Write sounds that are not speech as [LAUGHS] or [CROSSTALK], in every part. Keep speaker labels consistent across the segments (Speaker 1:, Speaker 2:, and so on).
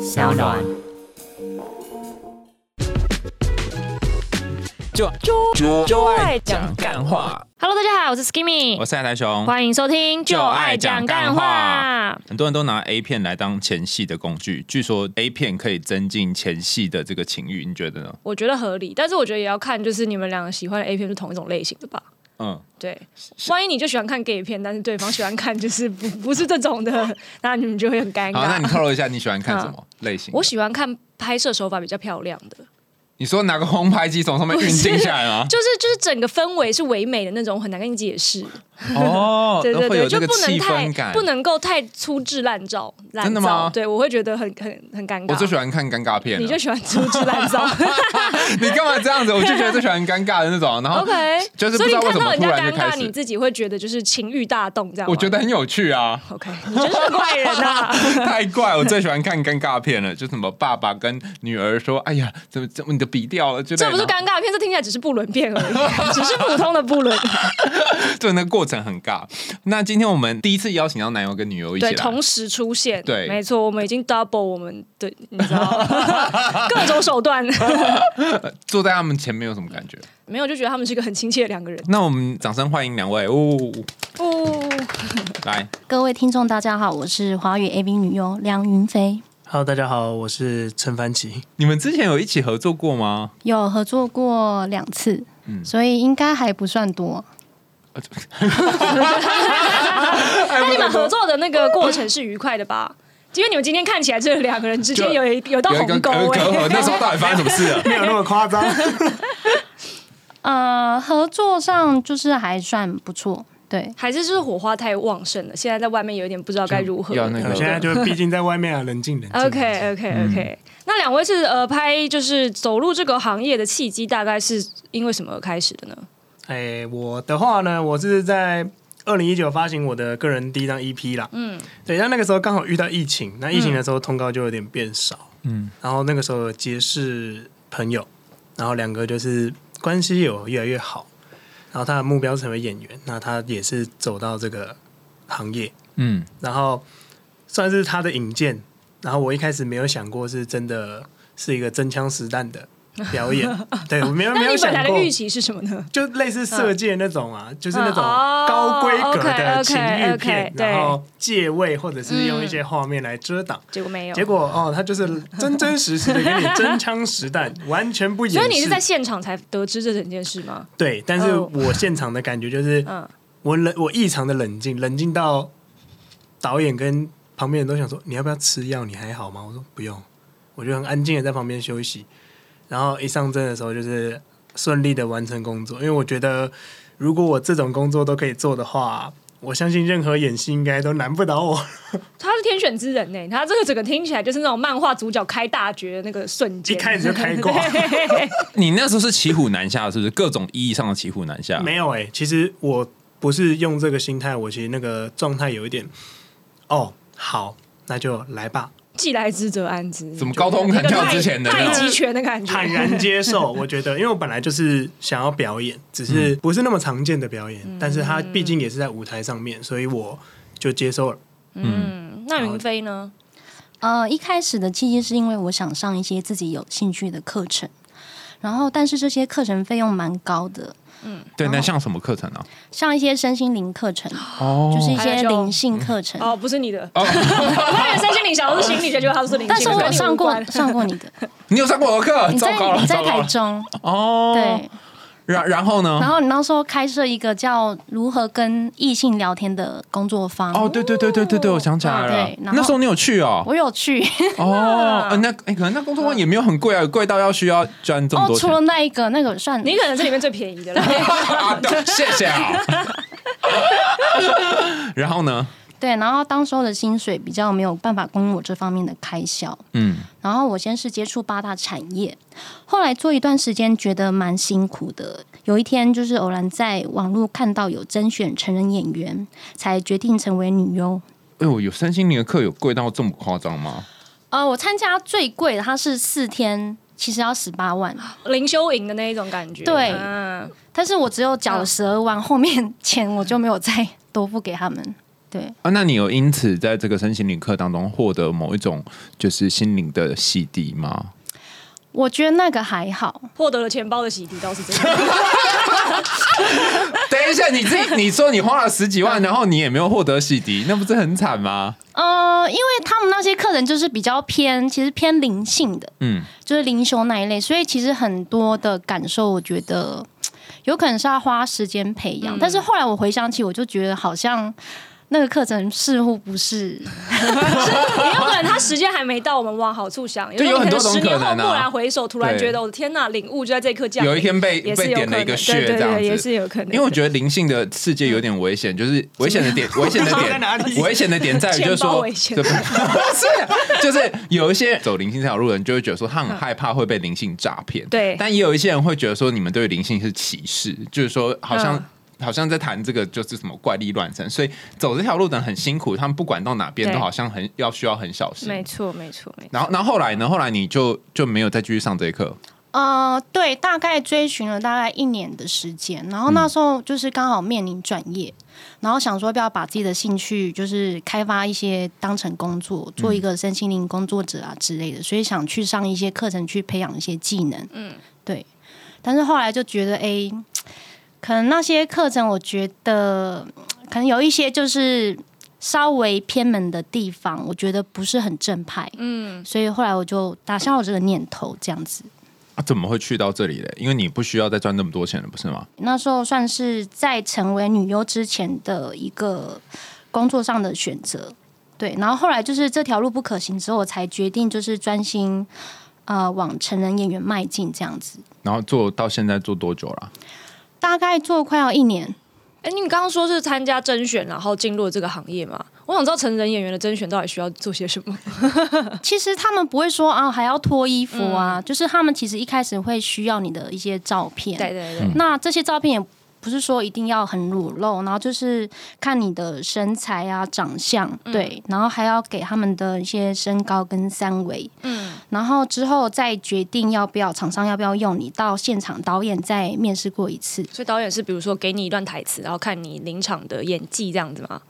Speaker 1: 小暖。
Speaker 2: 就
Speaker 3: 就
Speaker 2: 就就爱
Speaker 3: 爱
Speaker 2: 讲
Speaker 3: 讲
Speaker 2: 干话。
Speaker 3: Hello，大家好，我是
Speaker 2: 我
Speaker 3: Skimmy，
Speaker 2: 是海苔熊，
Speaker 3: 欢迎收听
Speaker 2: 就爱讲干话
Speaker 3: 话。
Speaker 2: 很多人都拿 A 片来当前戏的工具，据说 A 片可以增进前戏的这个情欲，你觉得呢？
Speaker 3: 我觉得合理，但是我觉得也要看，就是你们两个喜欢的 A 片是同一种类型的吧？
Speaker 2: 嗯，
Speaker 3: 对，万一你就喜欢看 gay 片，但是对方喜欢看就是不不是这
Speaker 2: [LAUGHS]
Speaker 3: 种的，那你们就会很尴
Speaker 2: 好，那你
Speaker 3: 尬。嗯
Speaker 2: 透露一下你喜欢看什么类型的？
Speaker 3: 我喜欢看拍摄手法比较漂亮的，
Speaker 2: 你说拿个红牌机从上面运镜下来吗？
Speaker 3: 就是就是整个氛围是唯美的那种，我很难跟你解释。
Speaker 2: [LAUGHS] 哦，
Speaker 3: 对对
Speaker 2: 会
Speaker 3: 对，
Speaker 2: 有这个
Speaker 3: 就不能
Speaker 2: 气氛
Speaker 3: 太
Speaker 2: 感。
Speaker 3: 不能够太粗制滥造，滥造
Speaker 2: 真的吗
Speaker 3: 对，我会觉得很很很尴尬。
Speaker 2: 我最喜欢看尴尬片了，
Speaker 3: 你就喜欢粗制滥造。
Speaker 2: 你干嘛这样子？我就觉得最喜欢尴尬的那种，然后
Speaker 3: OK，
Speaker 2: 就是不
Speaker 3: 所以
Speaker 2: 知
Speaker 3: 你
Speaker 2: 道为
Speaker 3: 看
Speaker 2: 什
Speaker 3: 到
Speaker 2: 么
Speaker 3: 人
Speaker 2: 突
Speaker 3: 家
Speaker 2: 然
Speaker 3: 尴
Speaker 2: 就开
Speaker 3: 尬，你
Speaker 2: 始，
Speaker 3: 自己会觉得就是情欲大动这样吗。
Speaker 2: 我觉得很有趣啊。
Speaker 3: [LAUGHS] OK，你真是怪人啊呐、
Speaker 2: 太怪！我最喜欢看尴尬片了，就什么爸爸跟女儿说：“哎呀，怎么怎么你的笔掉了？”之类的。
Speaker 3: 这不是尴尬片，这听起来只是不伦片而
Speaker 2: [LAUGHS]
Speaker 3: 已，只是普通的不伦。
Speaker 2: 就那个过程很尬。那今天我们第一次邀请到男友跟女 [LAUGHS] 友一起
Speaker 3: 对，
Speaker 2: 来，
Speaker 3: 同时出现，
Speaker 2: 对
Speaker 3: 没错，我们已经 double 我们对，你知道
Speaker 2: [LAUGHS]
Speaker 3: 各种手段， [LAUGHS]
Speaker 2: 坐在他们前面有什么感觉？
Speaker 3: 没有就觉得他们是一个很亲切的两
Speaker 2: [LAUGHS]
Speaker 3: 个人。
Speaker 2: 那我们掌声欢迎两位哦！
Speaker 3: 哦，
Speaker 2: 来，
Speaker 1: 各位听众，大家好，我是华语 AV 女优梁云飞，
Speaker 4: [LAUGHS] Hello，大家好，我是陈凡奇。
Speaker 2: 你们之前有一起合作过吗？
Speaker 1: 有合作过两次，
Speaker 2: 嗯
Speaker 1: 所以应该还不算多。
Speaker 3: 那你们合作的那个过程是愉快的吧？因为你们今天看起来这两个人之间
Speaker 2: 就
Speaker 3: 有一有到
Speaker 2: 有一个
Speaker 3: 鸿沟
Speaker 2: 隔
Speaker 3: 哎、
Speaker 2: 隔阂，
Speaker 1: 欸
Speaker 2: 那时候到底发生什么事啊了？
Speaker 1: [LAUGHS]
Speaker 4: 没有那么夸张，
Speaker 1: 呃，合作上就是还算不错，对，
Speaker 3: 还是就是火花太旺盛了，现在在外面有点不知道该如何。
Speaker 2: 要那
Speaker 4: 我现在
Speaker 2: 个
Speaker 4: 就毕竟在外面啊，冷静冷静。
Speaker 3: [LAUGHS] OK OK OK，、那
Speaker 4: 嗯
Speaker 3: 两位是呃拍就是走入这个行业的契机，大概是因为什么而开始的呢？
Speaker 4: 哎、我的话呢，我是在二零一九发行我的个人第一张 EP 啦。嗯，对，但那个时候刚好遇到疫情，那疫
Speaker 3: 嗯
Speaker 4: 情的时候通告就有点变少。
Speaker 2: 嗯
Speaker 4: 嗯，然后那个时候结识朋友，然后两个就是关系有越来越好。然后他的目标是成为演员，那他也是走到这个行业。
Speaker 2: 嗯，
Speaker 4: 然后算是他的引荐。然后我一开始没有想过是真的是一个真枪实弹的表
Speaker 3: [LAUGHS]
Speaker 4: 演，对我没有没有
Speaker 3: 那你本
Speaker 4: 想
Speaker 3: 来的
Speaker 4: 过，
Speaker 3: 预期是什么呢？
Speaker 4: 就类似射箭那种啊，就是那种
Speaker 3: 嗯哦
Speaker 4: 高规格的
Speaker 3: OK，OK，
Speaker 4: 情欲
Speaker 3: OK，
Speaker 4: 片，
Speaker 3: 对
Speaker 4: 然后借位或者是用一些画面来遮挡。
Speaker 3: [LAUGHS] 结果没有。
Speaker 4: 结果哦，他就是真真实实的给你真枪实
Speaker 3: [LAUGHS]
Speaker 4: 弹，完全不掩饰。
Speaker 3: 所以你是在现场才得知这整件事吗？
Speaker 4: 对，但是
Speaker 3: 哦
Speaker 4: 我现场的感觉就是，
Speaker 3: 嗯
Speaker 4: 我冷我异常的冷静，冷静到导演跟旁边人都想说你要不要吃药？你还好吗？我说不用，我就很安静的在旁边休息。然后一上阵的时候，就是顺利的完成工作，因为我觉得如果我这种工作都可以做的话，我相信任何演戏应该都难不倒我。
Speaker 3: 他是天选之人呢、他这个整个听起来就是那种漫画主角开大绝的那个瞬
Speaker 4: 一
Speaker 3: 间。
Speaker 4: 开始就开挂，
Speaker 2: 你那时候是骑虎难下，是不是？各种意义上的骑虎难下。
Speaker 4: [LAUGHS] 没有哎、其实我不是用这个心态，我其实那个状态有一点，哦，好，那就来吧。
Speaker 3: [LAUGHS] 既来之则安之，
Speaker 2: 怎么高通砍掉之前的
Speaker 3: 一
Speaker 2: 那
Speaker 3: 个
Speaker 2: 种
Speaker 3: 太太极拳的感
Speaker 4: [LAUGHS]
Speaker 3: 觉？
Speaker 4: 坦然接受，我觉得，因为我本来就是想要表演，只是不是那么常见的表演，但是它毕竟也是在舞台上面，所以我就接受了。
Speaker 3: 嗯 [LAUGHS] 那云飞呢？
Speaker 1: 呃，一开始的契机是因为我想上一些自己有兴趣的课程，然后但是这些课程费用蛮高的，
Speaker 2: 对，那像什么课程啊？
Speaker 1: 像一些身心灵课程，
Speaker 2: 哦
Speaker 1: 就是一
Speaker 3: 还有
Speaker 1: 些
Speaker 3: 就
Speaker 1: 灵性课程。
Speaker 3: 哦，不是你的。 [LAUGHS] 我也身心灵想的是心理学，结果他是灵性的，
Speaker 1: 但是我
Speaker 3: 跟你无
Speaker 1: 上过
Speaker 3: 关
Speaker 1: 上过
Speaker 2: [LAUGHS]
Speaker 1: 你的，
Speaker 2: 你有上过我的课？
Speaker 1: 你
Speaker 2: 糟
Speaker 1: 在
Speaker 2: 糕了，
Speaker 1: 你在
Speaker 2: 糟糕
Speaker 1: 台
Speaker 2: 了。
Speaker 1: 中，
Speaker 2: 哦，
Speaker 1: 对，
Speaker 2: 然然后呢？
Speaker 1: 然后你那时候开设一个叫“如何跟异性聊天”的工作坊，
Speaker 2: 哦，对对对对对对，我想起来了
Speaker 1: 对，然后
Speaker 2: 那时候你有去哦。
Speaker 1: 我有去。
Speaker 2: 哦，呃那哎，可能那工作坊也没有很贵啊，贵到要需要赚这么
Speaker 1: 嗯哦，
Speaker 2: 多
Speaker 1: 除
Speaker 2: 钱。
Speaker 1: 了那一个，那个算
Speaker 3: [LAUGHS] 你可能是里面最便宜的了。
Speaker 2: [LAUGHS] 啊，对，谢谢啊。 [LAUGHS] 然后呢？
Speaker 1: 对，然后当时候的薪水比较没有办法供应我这方面的开销，
Speaker 2: 嗯，
Speaker 1: 然后我先是接触八大产业，后来做一段时间觉得蛮辛苦的。有一天就是偶然在网络看到有甄选成人演员，才决定成为女优。
Speaker 2: 哎呦，有身心灵的课有贵到这么夸张吗？
Speaker 1: 呃，我参加最贵的，它是四天，其实要十八万。
Speaker 3: 灵修营的那一种感觉。
Speaker 1: 对
Speaker 3: 嗯，
Speaker 1: 嗯但是我只有缴了十二万，后面钱我就没有再多付给他们。对，
Speaker 2: 啊，那你有因此在这个身心灵课当中获得某一种就是心灵的洗涤
Speaker 1: [LAUGHS]
Speaker 2: 吗？
Speaker 1: 我觉得那个还好，
Speaker 3: 获得了钱包的洗涤倒是真的。
Speaker 2: [LAUGHS] 等一下，你自己你说你花了十几
Speaker 1: 嗯
Speaker 2: 万，然后你也没有获得洗涤，那不是很惨吗？
Speaker 1: 呃，因为他们那些客人就是比较偏，其实偏灵性的，
Speaker 2: 嗯，
Speaker 1: 就是灵修那一类，所以其实很多的感受，我觉得有可能是要花时间培养。但是后来我回想起，我就觉得好像那个课程似乎不是，
Speaker 3: 也有可能他时间还没到，我们往好处想。
Speaker 2: 就有很
Speaker 3: 可
Speaker 2: 多
Speaker 3: 能
Speaker 2: 种
Speaker 3: 十
Speaker 2: 可
Speaker 3: 年
Speaker 2: 能啊
Speaker 3: 后蓦然回首，突然
Speaker 2: 对
Speaker 3: 觉得我的天呐，领悟就在这一刻降临。
Speaker 2: 有一天被
Speaker 3: 也是
Speaker 2: 被
Speaker 3: 有
Speaker 2: 点
Speaker 3: 可
Speaker 2: 了一
Speaker 3: 能
Speaker 2: 个穴
Speaker 3: 对对
Speaker 2: 这样
Speaker 3: 对，
Speaker 2: 子
Speaker 3: 也是有可能的。嗯
Speaker 2: 因为我觉得灵性的世界有点危险，就是危险的点，危险的
Speaker 4: 不知道在哪里
Speaker 2: 点，危险的点在于就是
Speaker 3: 钱包
Speaker 2: 说，
Speaker 3: 危险
Speaker 2: 这不是，就是有一些走灵性这条路的人就会觉得说，他很害怕会被灵性诈骗，
Speaker 3: 对
Speaker 2: 但也有一些人会觉得说，你们对灵性是歧视，就是说好像、
Speaker 3: 嗯
Speaker 2: 好像在谈这个就是什么怪力乱神，所以走这条路的人很辛苦，他们不管到哪边
Speaker 3: 对
Speaker 2: 都好像很要需要很小心。
Speaker 3: 没错，没错，没错。
Speaker 2: 然后，然后后来呢？后来你就就没有再继续上这一课，
Speaker 1: 呃，对，大概追寻了大概一年的时间，然后那时候就是刚好面临转业，然后想说要不要把自己的兴趣就是开发一些当成工作，做一个身心灵工作者啊之类的，所以想去上一些课程去培养一些技能，嗯，对。但是后来就觉得，哎，可能那些课程，我觉得嗯可能有一些就是稍微偏门的地方，我觉得不是很正派，嗯，所以后来我就打消了这个念头，这样子。
Speaker 2: 啊，怎么会去到这里嘞？因为你不需要再赚那么多钱了，不是吗？
Speaker 1: 那时候算是在成为女优之前的一个工作上的选择，对。然后后来就是这条路不可行之后，我才决定就是专心呃往成人演员迈进这样子。
Speaker 2: 然后做到现在做多久了？
Speaker 1: 大概做快要一年，
Speaker 3: 哎，你刚刚说是参加甄选，然后进入了这个行业嘛？我想知道成人演员的甄选到底需要做
Speaker 2: [LAUGHS]
Speaker 3: 些什么？
Speaker 1: 其实他们不会说啊还要脱衣服啊，就是他们其实一开始会需要你的一些照片，啊
Speaker 3: 对对对，
Speaker 1: 那这些照片也不是说一定要很裸露，然后就是看你的身材啊、长相，对，然后还要给他们的一些身高跟三围，嗯，然后之后再决定要不要厂商要不要用你，到现场导演再面试过一次，
Speaker 3: 所以导演是比如说给你一段台词，然后看你临场的演技这样子吗？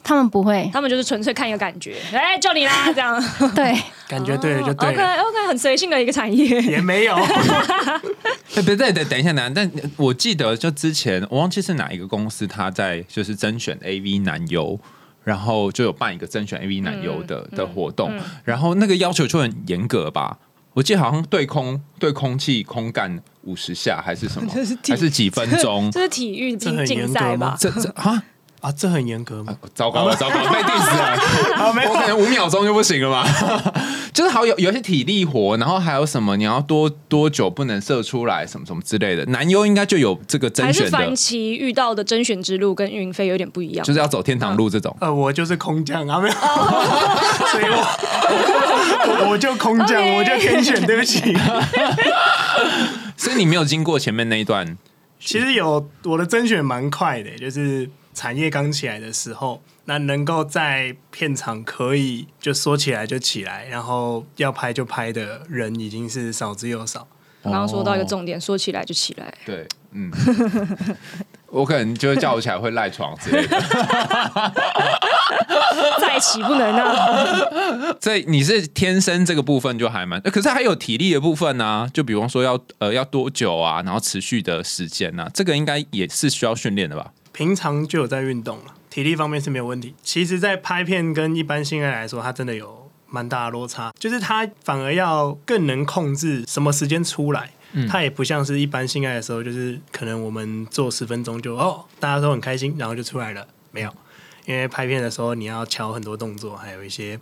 Speaker 1: 他们不会，
Speaker 3: 他们就是纯粹看一个感觉，哎，就你啦这样。
Speaker 1: [LAUGHS] 对，
Speaker 4: 感觉对了就对
Speaker 3: OK
Speaker 4: 了，
Speaker 3: OK，很随性的一个产业。 [LAUGHS]
Speaker 4: 也没有。
Speaker 2: 哎，别等等等一下，等一下，但我记得就之前我忘记是哪一个公司，他在就是甄选 AV 男优，然后就有办一个甄选 AV 男优的、的活动，然后那个要求就很严格吧。我记得好像对空对空气空干五十下还是什 [LAUGHS] 么，还是几分钟？
Speaker 3: 这是体育
Speaker 4: 这
Speaker 3: 竞
Speaker 4: 很
Speaker 3: 竞
Speaker 4: 严
Speaker 3: 赛
Speaker 4: 格吗
Speaker 3: 吧？
Speaker 2: [LAUGHS] 这这啊，
Speaker 4: 啊，这很严格吗？
Speaker 2: 糟糕了，糟糕了，被 diss 了。
Speaker 4: [LAUGHS] 啊，没有
Speaker 2: 我，可能五秒钟就不行了吧？ [LAUGHS] 就是好有有一些体力活，然后还有什么你要多多久不能射出来，什么什么之类的。男优应该就有这个甄
Speaker 3: 还是
Speaker 2: 选
Speaker 3: 凡
Speaker 2: 的，
Speaker 3: 奇遇到的甄选之路跟云飞有点不一样
Speaker 2: 就？是要走天堂路这种。
Speaker 4: 呃，我就是空降啊，没有，所以我 [LAUGHS] 我我就空降，
Speaker 3: OK
Speaker 4: 我就天选，对不起。
Speaker 3: 嗯
Speaker 2: 所以你没有经过前面那一段，
Speaker 4: 其实有我的甄选蛮快的，就是产业刚起来的时候，那能够在片场可以就说起来就起来，然后要拍就拍的人已经是少之又少。
Speaker 3: 刚刚说到一个
Speaker 2: 哦
Speaker 3: 重点，说起来就起来。
Speaker 2: 对，嗯， [LAUGHS] 我可能就会叫我起来会赖床之类
Speaker 3: [LAUGHS]
Speaker 2: 的。
Speaker 3: 再起不能
Speaker 2: [LAUGHS]
Speaker 3: 啊！
Speaker 2: 所以你是天生这个部分就还蛮，呃可是还有体力的部分呢、啊就比方说要呃要多久啊，然后持续的时间呢、这个应该也是需要训练的吧？
Speaker 4: 平常就有在运动了，体力方面是没有问题。其实，在拍片跟一般性爱来说，它真的有蛮大的落差，就是它反而要更能控制什么时间出来。它也不像是一般性爱的时候，就是可能我们做十分钟就哦，大家都很开心，然后就出来了。没有，因为拍片的时候你要调很多动作，还有一些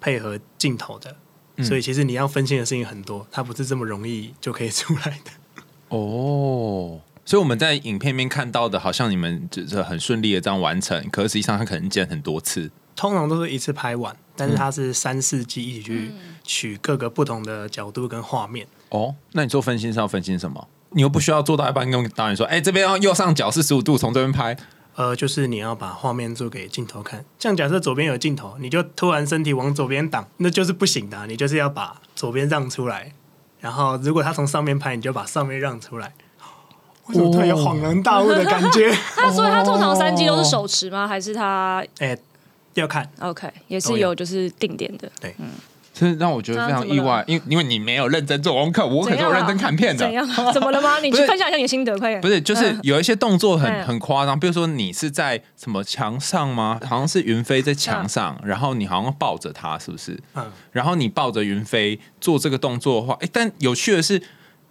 Speaker 4: 配合镜头的，所以其实你要分心的事情很多，它不是这么容易就可以出来的。
Speaker 2: 哦，所以我们在影片里面看到的，好像你们就是很顺利的这样完成，可是实际上它可能剪很多次。
Speaker 4: 通常都是一次拍完，但是它是三四季一起去取各个不同的角度跟画面。
Speaker 2: 哦，那你做分心是要分心什么？你又不需要做到一半跟导演说，哎、这边要右上角四十五度，从这边拍。
Speaker 4: 呃，就是你要把画面做给镜头看，像假设左边有镜头，你就突然身体往左边挡，那就是不行的啊、你就是要把左边让出来，然后如果他从上面拍，你就把上面让出来。为什么突然有恍然大悟的感觉？
Speaker 3: 他
Speaker 2: 哦
Speaker 3: 所以他通常三季都是手持吗？还是他
Speaker 4: [LAUGHS] 哎，要看
Speaker 3: OK 也
Speaker 4: 都
Speaker 3: 是
Speaker 4: 有
Speaker 3: 有就是定点的？
Speaker 2: 真的让我觉得非常意外，因为因为你没有认真做功课，我可
Speaker 3: 怎
Speaker 2: 是
Speaker 3: 样
Speaker 2: 有
Speaker 3: 啊
Speaker 2: 认真看片的
Speaker 3: [LAUGHS] 怎。样？怎么
Speaker 2: [LAUGHS]
Speaker 3: 了吗？你
Speaker 2: 不是
Speaker 3: 去分享一下你的心得，快点。
Speaker 2: 不是，就是有一些动作很
Speaker 3: 嗯
Speaker 2: 很夸张，比如说你是在什么墙上吗？好像是云飞在墙上，然后你好像抱着他，是不是？
Speaker 4: 嗯
Speaker 2: 然后你抱着云飞做这个动作的话，哎，但有趣的是，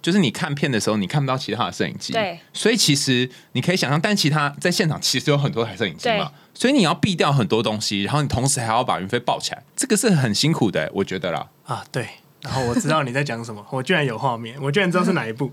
Speaker 2: 就是你看片的时候，你看不到其他的摄影机，
Speaker 3: 对，
Speaker 2: 所以其实你可以想象，但其他在现场其实有很多台摄影机嘛
Speaker 3: 对，
Speaker 2: 所以你要避掉很多东西，然后你同时还要把云飞抱起来，这个是很辛苦的，我觉得啦。
Speaker 4: 啊，对。然后我知道你在讲什么，我居然有画面，我居然知道是哪一部。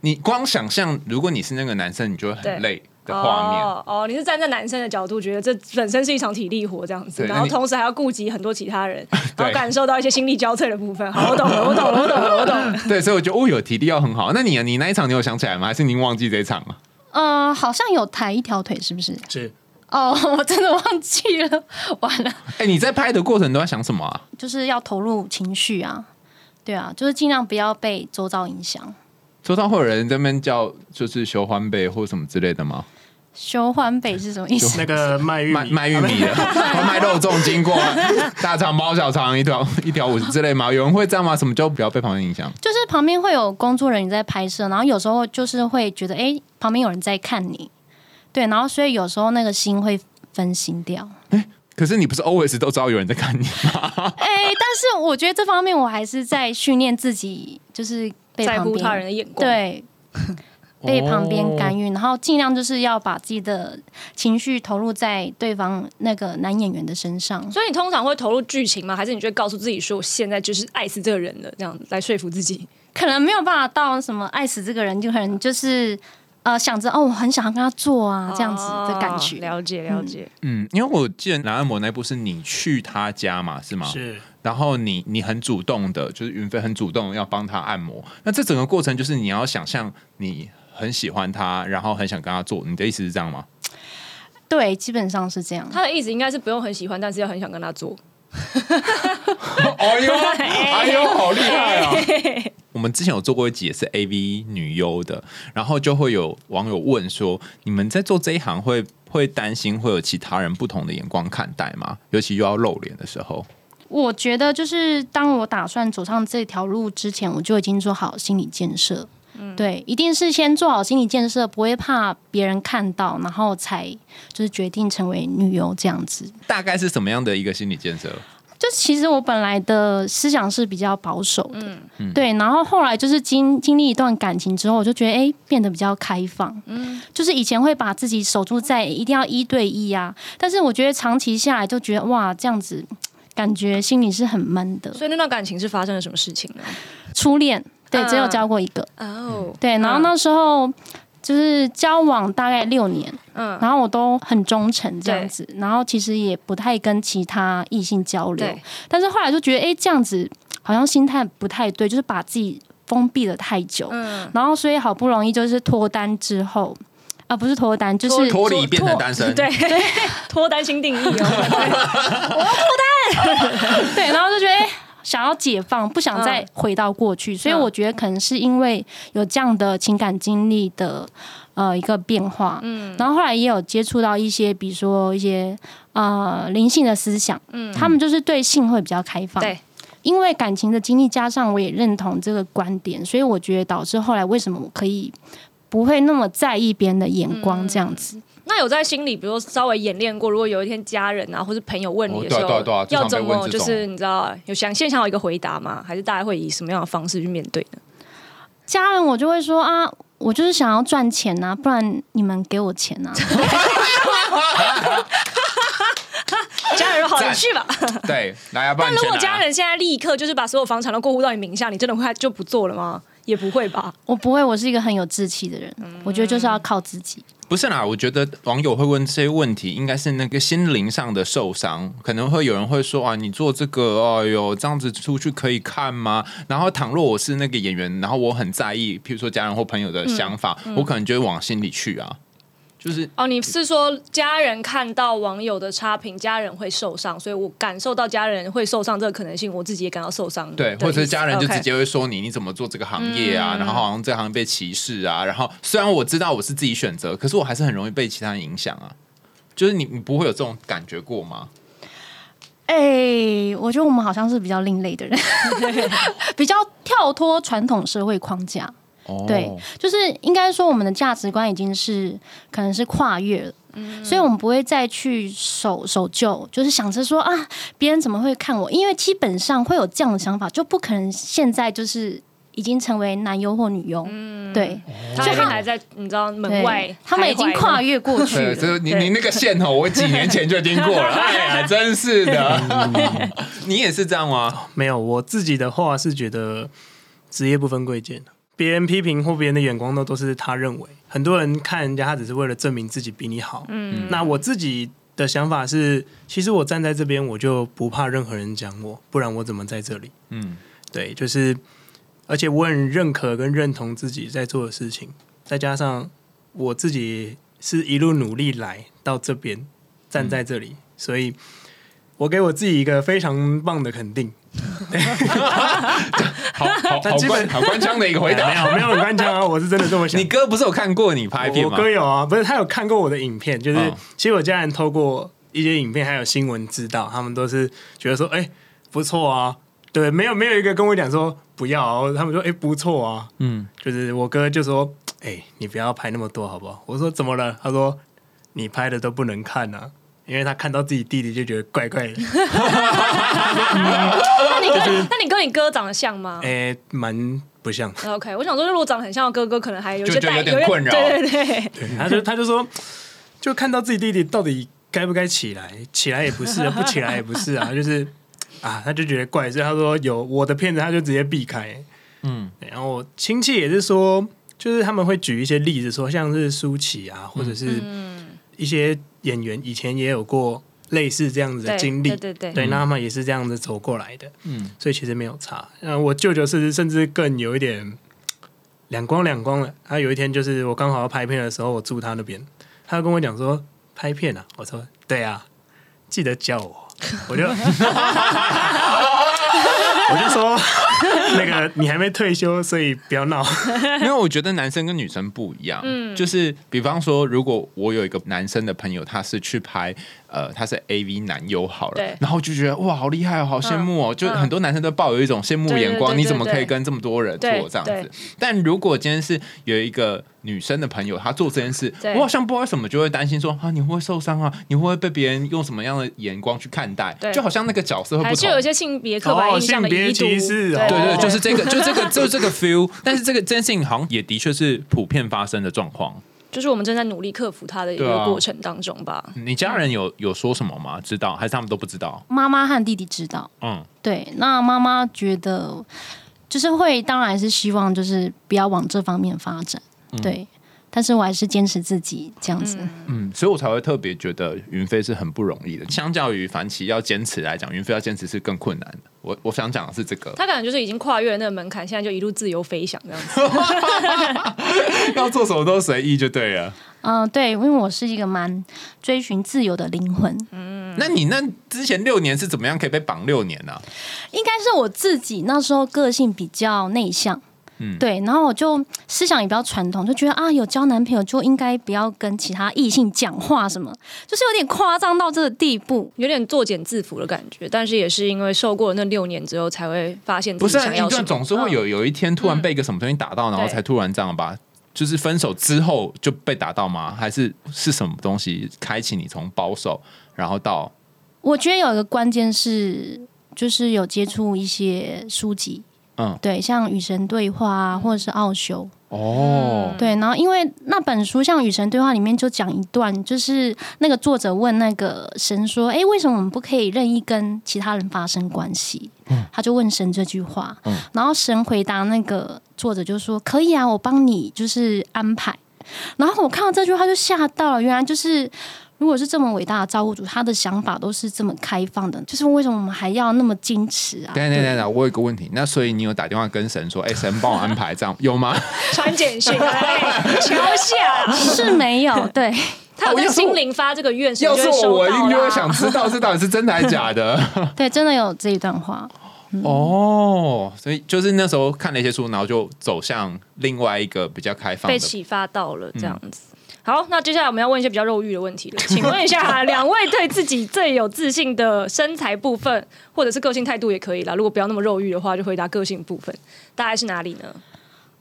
Speaker 2: 你光想象，如果你是那个男生，你就会
Speaker 3: 对
Speaker 2: 很累的画面。
Speaker 3: 哦哦，你是站在男生的角度，觉得这本身是一场体力活这样子，
Speaker 2: 对
Speaker 3: 然
Speaker 2: 那
Speaker 3: 后
Speaker 2: 你
Speaker 3: 同时还要顾及很多其他人，然
Speaker 2: [LAUGHS] 对
Speaker 3: 后感受到一些心力交瘁的部分。好，我懂了，我懂了，我懂了，我懂了。
Speaker 2: [LAUGHS] 对，所以我觉得哦，有体力要很好。那你呢你那一场你有想起来吗？还是您忘记这一场啊了？
Speaker 1: [LAUGHS] 呃，好像有抬一条腿，是不是？
Speaker 4: 是
Speaker 1: 哦，我真的忘记了，完了，
Speaker 2: 哎、你在拍的过程你都在想什么啊？
Speaker 1: 就是要投入情绪啊，对啊，就是尽量不要被周遭影响。
Speaker 2: 桌上会有人在那边叫，就是修欢贝或什么之类的吗？
Speaker 1: 修环北是什么意思？
Speaker 4: 那个卖玉
Speaker 2: 卖
Speaker 4: 米，
Speaker 2: 卖玉米
Speaker 4: [LAUGHS]
Speaker 2: 的，卖肉粽经过，大肠包小肠一条一条五十之类吗？有人会这样吗？什么叫不要被旁边影响？
Speaker 1: 就是旁边会有工作人员在拍摄，然后有时候就是会觉得，哎、旁边有人在看你，对，然后所以有时候那个心会分心掉。
Speaker 2: 可是你不是 always 都知道有人在看你吗？
Speaker 1: 哎、但是我觉得这方面我还是在训练自己，就是被
Speaker 3: 在
Speaker 1: 旁
Speaker 3: 乎
Speaker 1: 边
Speaker 3: 他人的眼光，，
Speaker 1: 对。被旁边干
Speaker 2: 预。
Speaker 1: 预，然后尽量就是要把自己的情绪投入在对方那个男演员的身上。
Speaker 3: 所以你通常会投入剧情吗？还是你就会告诉自己说，我现在就是爱死这个人了，这样来说服自己？
Speaker 1: 可能没有办法到什么爱死这个人，就可能就是呃想着哦，我很想要跟他做啊 [LAUGHS] 这样子的感觉。
Speaker 3: 哦了解了解。
Speaker 2: 嗯，因为我记得男按摩那部是你去他家嘛，是吗？
Speaker 4: 是
Speaker 2: 然后你你很主动的，就是云飞很主动地要帮他按摩。那这整个过程就是你要想象你很喜欢他，然后很想跟他做。你的意思是这样吗？
Speaker 1: 对，基本上是这样。
Speaker 3: 他的意思应该是不用很喜欢，但是要很想跟他做。
Speaker 2: 哎
Speaker 3: [LAUGHS]
Speaker 2: 呦，哎呦，好厉害啊！我们之前有做过一集也是 A V 女优的，然后就会有网友问说，你们在做这一行会会担心会有其他人不同的眼光看待吗？尤其又要露脸的时候，
Speaker 1: 我觉得就是当我打算走上这条路之前，我就已经做好心理建设。对，一定是先做好心理建设，不会怕别人看到，然后才就是决定成为女优这样子。
Speaker 2: 大概是什么样的一个心理建
Speaker 3: [LAUGHS]
Speaker 2: 设？
Speaker 1: 就其实我本来的思想是比较保守的，
Speaker 3: 嗯
Speaker 1: 对，然后后来就是经经历一段感情之后，我就觉得哎、诶变得比较开放，
Speaker 3: 嗯
Speaker 1: 就是以前会把自己守住在一定要一对一啊，但是我觉得长期下来就觉得哇，这样子感觉心里是很闷的。
Speaker 3: 所以那段感情是发生了什么事情呢？
Speaker 1: 初恋，对，
Speaker 3: 嗯
Speaker 1: 只有交过一个，
Speaker 3: 哦，
Speaker 2: 嗯
Speaker 1: 对，然后那时候。就是交往大概六年，
Speaker 3: 嗯，
Speaker 1: 然后我都很忠诚这样子，然后其实也不太跟其他异性交流，
Speaker 3: 对，
Speaker 1: 但是后来就觉得，哎、这样子好像心态不太对，就是把自己封闭了太久，
Speaker 3: 嗯，
Speaker 1: 然后所以好不容易就是脱单之后，啊、不是脱单，就是
Speaker 2: 脱离变成单身，
Speaker 3: [LAUGHS] 对，脱单新定义哦，
Speaker 1: 对，然后就觉得，哎、想要解放，不想再回到过去，所以我觉得可能是因为有这样的情感经历的呃一个变化，嗯，然后后来也有接触到一些，比如说一些呃灵性的思想，嗯，他们就是 [LAUGHS] 对性会比较开放，
Speaker 3: 对，
Speaker 1: 因为感情的经历加上我也认同这个观点，所以我觉得导致后来为什么我可以不会那么在意别人的眼光这样子，
Speaker 3: 那有在心里，比如说稍微演练过，如果有一天家人啊或是朋友问你的时候，
Speaker 2: 哦对啊对啊对啊
Speaker 3: 要
Speaker 2: 经
Speaker 3: 怎
Speaker 2: 常被
Speaker 3: 么
Speaker 2: 问这
Speaker 3: 就
Speaker 2: 种
Speaker 3: 是你知道啊有想现场有一个回答吗？还是大家会以什么样的方式去面对呢？
Speaker 1: 家人我就会说啊。我就是想要赚钱呐、不然你们给我钱呐、啊
Speaker 3: 家人说好，
Speaker 2: 赞
Speaker 3: 你去吧。
Speaker 2: 对，来啊，不然
Speaker 3: 但
Speaker 2: 你
Speaker 3: 如
Speaker 2: 先
Speaker 3: 果
Speaker 2: 来啊
Speaker 3: 家人现在立刻就是把所有房产都过户到你名下，你真的会就不做了吗？也不会吧？
Speaker 1: 我不会，我是一个很有志气的人，我觉得就是要靠自己。
Speaker 2: 不是啦，我觉得网友会问这些问题，应该是那个心灵上的受伤，可能会有人会说啊，你做这个，哎呦，这样子出去可以看吗？然后倘若我是那个演员，然后我很在意，譬如说家人或朋友的想法，我可能就会往心里去啊。就是
Speaker 3: 哦，你是说家人看到网友的差评，家人会受伤，所以我感受到家人会受伤这个可能性，我自己也感到受伤的意
Speaker 2: 对，
Speaker 3: 思。
Speaker 2: 或者是家人就
Speaker 3: OK
Speaker 2: 直接会说你你怎么做这个行业啊？然后好像这个行业被歧视啊。然后虽然我知道我是自己选择，可是我还是很容易被其他人影响啊。就是你你不会有这种感觉过吗？
Speaker 1: 哎、我觉得我们好像是比较另类的人， [LAUGHS] 比较跳脱传统社会框架。
Speaker 2: 哦
Speaker 1: 对，就是应该说我们的价值观已经是可能是跨越了。
Speaker 2: 嗯
Speaker 1: 所以，我们不会再去守守旧，就是想着说啊，别人怎么会看我？因为基本上会有这样的想法，就不可能现在就是已经成为男优或女优。
Speaker 2: 嗯
Speaker 1: 对，
Speaker 3: 他们还在你知道门
Speaker 1: 对
Speaker 3: 外，
Speaker 1: 他们已经跨。
Speaker 3: [LAUGHS]
Speaker 1: 越过去
Speaker 2: 对，
Speaker 1: 了。
Speaker 2: 这你
Speaker 3: 对
Speaker 2: 你那个线头，我几年前就已经过
Speaker 1: [LAUGHS]
Speaker 2: 了，哎呀，真是的， [LAUGHS] 你也是这样吗？
Speaker 4: 没有，我自己的话是觉得职业不分贵贱，别人批评或别人的眼光都都是他认为。很多人看人家，他只是为了证明自己比你好。嗯，那我自己的想法是，其实我站在这边，我就不怕任何人讲我，不然我怎么在这里？
Speaker 2: 嗯，
Speaker 4: 对，就是，而且我很认可跟认同自己在做的事情，再加上我自己是一路努力来到这边，站在这里，所以我给我自己一个非常棒的肯定。
Speaker 2: 好好好
Speaker 4: 基
Speaker 2: 官
Speaker 4: 本
Speaker 2: 好官腔的一个回 [LAUGHS] 答。
Speaker 4: 没有没有很官腔啊，我是真的这么想。
Speaker 2: 你哥不是有看过你拍片
Speaker 4: 我
Speaker 2: 吗？
Speaker 4: 哥有啊，不是他有看过我的影片，就是、
Speaker 2: 嗯
Speaker 4: 其实我家人透过一些影片还有新闻知道，他们都是觉得说，哎、不错啊，对，没有没有一个跟我讲说不要、啊，他们说，哎、不错啊，
Speaker 2: 嗯，
Speaker 4: 就是我哥就说，哎、你不要拍那么多好不好？我说怎么了？他说你拍的都不能看啊。因为他看到自己弟弟就觉得怪
Speaker 2: [LAUGHS]
Speaker 4: 怪的，
Speaker 3: 那你跟那你跟你哥长得像吗
Speaker 4: 哎、蛮不像。
Speaker 3: ？OK，我想说，如果长得很像的哥哥，可能还有一
Speaker 2: 就
Speaker 3: 些
Speaker 2: 觉得
Speaker 3: 代
Speaker 2: 有点困扰
Speaker 3: 对对对，
Speaker 4: [LAUGHS] 他就他就说，就看到自己弟弟到底该不该起来，起来也不是，不起来也不是啊，就是啊，他就觉得怪，所以他说有我的片子，他就直接避开。
Speaker 2: 嗯，
Speaker 4: 然后我亲戚也是说，就是他们会举一些例子说，像是舒淇啊，或者是一些演员以前也有过类似这样子的
Speaker 3: 对
Speaker 4: 经历，
Speaker 3: 对对对
Speaker 4: 对，那他们也是这样子走过来的，
Speaker 2: 嗯
Speaker 4: 嗯，所以其实没有差。那我舅舅甚至甚至更有一点两光两光了。他有一天就是我刚好要拍片的时候，我住他那边，他就跟我讲说拍片啊，我说对啊，记得叫 [LAUGHS] 我，我就我就说那个你还没退休，所以不要闹。
Speaker 3: [LAUGHS]
Speaker 2: 因为我觉得男生跟女生不一样，
Speaker 3: 嗯
Speaker 2: 就是比方说，如果我有一个男生的朋友，他是去拍呃，他是 A V 男优好了
Speaker 3: 对，嗯
Speaker 2: 然后就觉得哇，好厉害哦，好羡慕哦，就很多男生都抱有一种羡慕眼光，
Speaker 3: 对对对对
Speaker 2: 你怎么可以跟这么多人做
Speaker 3: 对
Speaker 2: 这样子
Speaker 3: 对？
Speaker 2: 但如果今天是有一个女生的朋友，她做这件事
Speaker 3: 对，
Speaker 2: 我好像不知道为什么就会担心说啊，你会不会受伤啊？你会不会被别人用什么样的眼光去看待
Speaker 3: 对？
Speaker 2: 就好像那个角色会
Speaker 3: 还
Speaker 2: 不
Speaker 3: 是
Speaker 2: 同
Speaker 3: 有一。些性别刻板印象的
Speaker 4: 哦性别
Speaker 3: 遗毒，
Speaker 4: 歧视哦
Speaker 2: 对对，
Speaker 4: 哦
Speaker 2: 就是这个，就这个，就是这个 feel。但是这个这件事情好像也的确是普遍发生的状况。
Speaker 3: 就是我们正在努力克服它的一
Speaker 2: 对
Speaker 3: 个
Speaker 2: 啊
Speaker 3: 过程当中吧。
Speaker 2: 你家人有有说什么吗？知道还是他们都不知道？
Speaker 1: 妈妈和弟弟知道，
Speaker 2: 嗯，
Speaker 1: 对，那妈妈觉得就是会，当然是希望就是不要往这方面发展，对。但是我还是坚持自己这样子，
Speaker 2: 嗯，所以我才会特别觉得云飞是很不容易的。相较于凡奇要坚持来讲，云飞要坚持是更困难的。我我想讲的是这
Speaker 3: [LAUGHS]
Speaker 2: 个，
Speaker 3: 他可能就是已经跨越了那个门槛，现在就一路自由飞翔这样子。
Speaker 2: 要做什么都随意就对了。
Speaker 1: 嗯、对，因为我是一个蛮追寻自由的灵魂，
Speaker 2: 那你那之前六年是怎么样可以被绑六年啊呢、
Speaker 1: 应该是我自己那时候个性比较内向，
Speaker 2: 嗯
Speaker 1: 对，然后我就思想也比较传统，就觉得啊，有交男朋友就应该不要跟其他异性讲话，什么，就是有点夸张到这个地步。
Speaker 3: 有点作茧自缚的感觉，但是也是因为受过那六年之后，才会发现
Speaker 2: 不
Speaker 3: 自
Speaker 2: 是、啊，
Speaker 3: 己想
Speaker 2: 你
Speaker 3: 要
Speaker 2: 就
Speaker 3: 什么。嗯
Speaker 2: 总是会有有一天突然被一个什么东西打到，然后
Speaker 3: 对
Speaker 2: 才突然这样吧？就是分手之后就被打到吗？还是是什么东西开启你从保守，然后到
Speaker 1: 我觉得有一个关键是，就是有接触一些书籍，
Speaker 2: 嗯
Speaker 1: 对，像《与神对话》啊，或者是《奥修》，
Speaker 2: 哦，
Speaker 1: 对，然后因为那本书像《与神对话》里面就讲一段，就是那个作者问那个神说：“哎，为什么我们不可以任意跟其他人发生关系？”他就问神这句话，然后神回答那个作者就说：“可以啊，我帮你就是安排。”然后我看到这句话就吓到了，原来就是。如果是这么伟大的照顾组，他的想法都是这么开放的，就是为什么我们还要那么矜持啊？
Speaker 2: 等一下等一下等一下，我有一个问题，那所以你有打电话跟神
Speaker 3: [LAUGHS]
Speaker 2: 说，哎、神帮我安排这样有吗？
Speaker 3: 传简
Speaker 2: [LAUGHS]
Speaker 3: 讯，哎敲下啦。
Speaker 2: 哦
Speaker 1: 是没有对，
Speaker 3: 他有在心灵发这个愿，
Speaker 2: 要是
Speaker 3: 神就会
Speaker 2: 我，
Speaker 3: 收
Speaker 2: 我一定就
Speaker 3: 到啊
Speaker 2: 会
Speaker 3: 啦
Speaker 2: 想知道这到底是真的还是假
Speaker 3: [LAUGHS]
Speaker 2: 的。
Speaker 1: 对，真的有这一段话。
Speaker 2: 哦，所以就是那时候看了一些书，然后就走向另外一个比较开放的。
Speaker 3: 被启发到了这样子。好，那接下来我们要问一些比较肉欲的问题了。请问一下，两位对自己最有自信的身材部分，或者是个性态度也可以啦。如果不要那么肉欲的话，就回答个性部分，大概是哪里呢？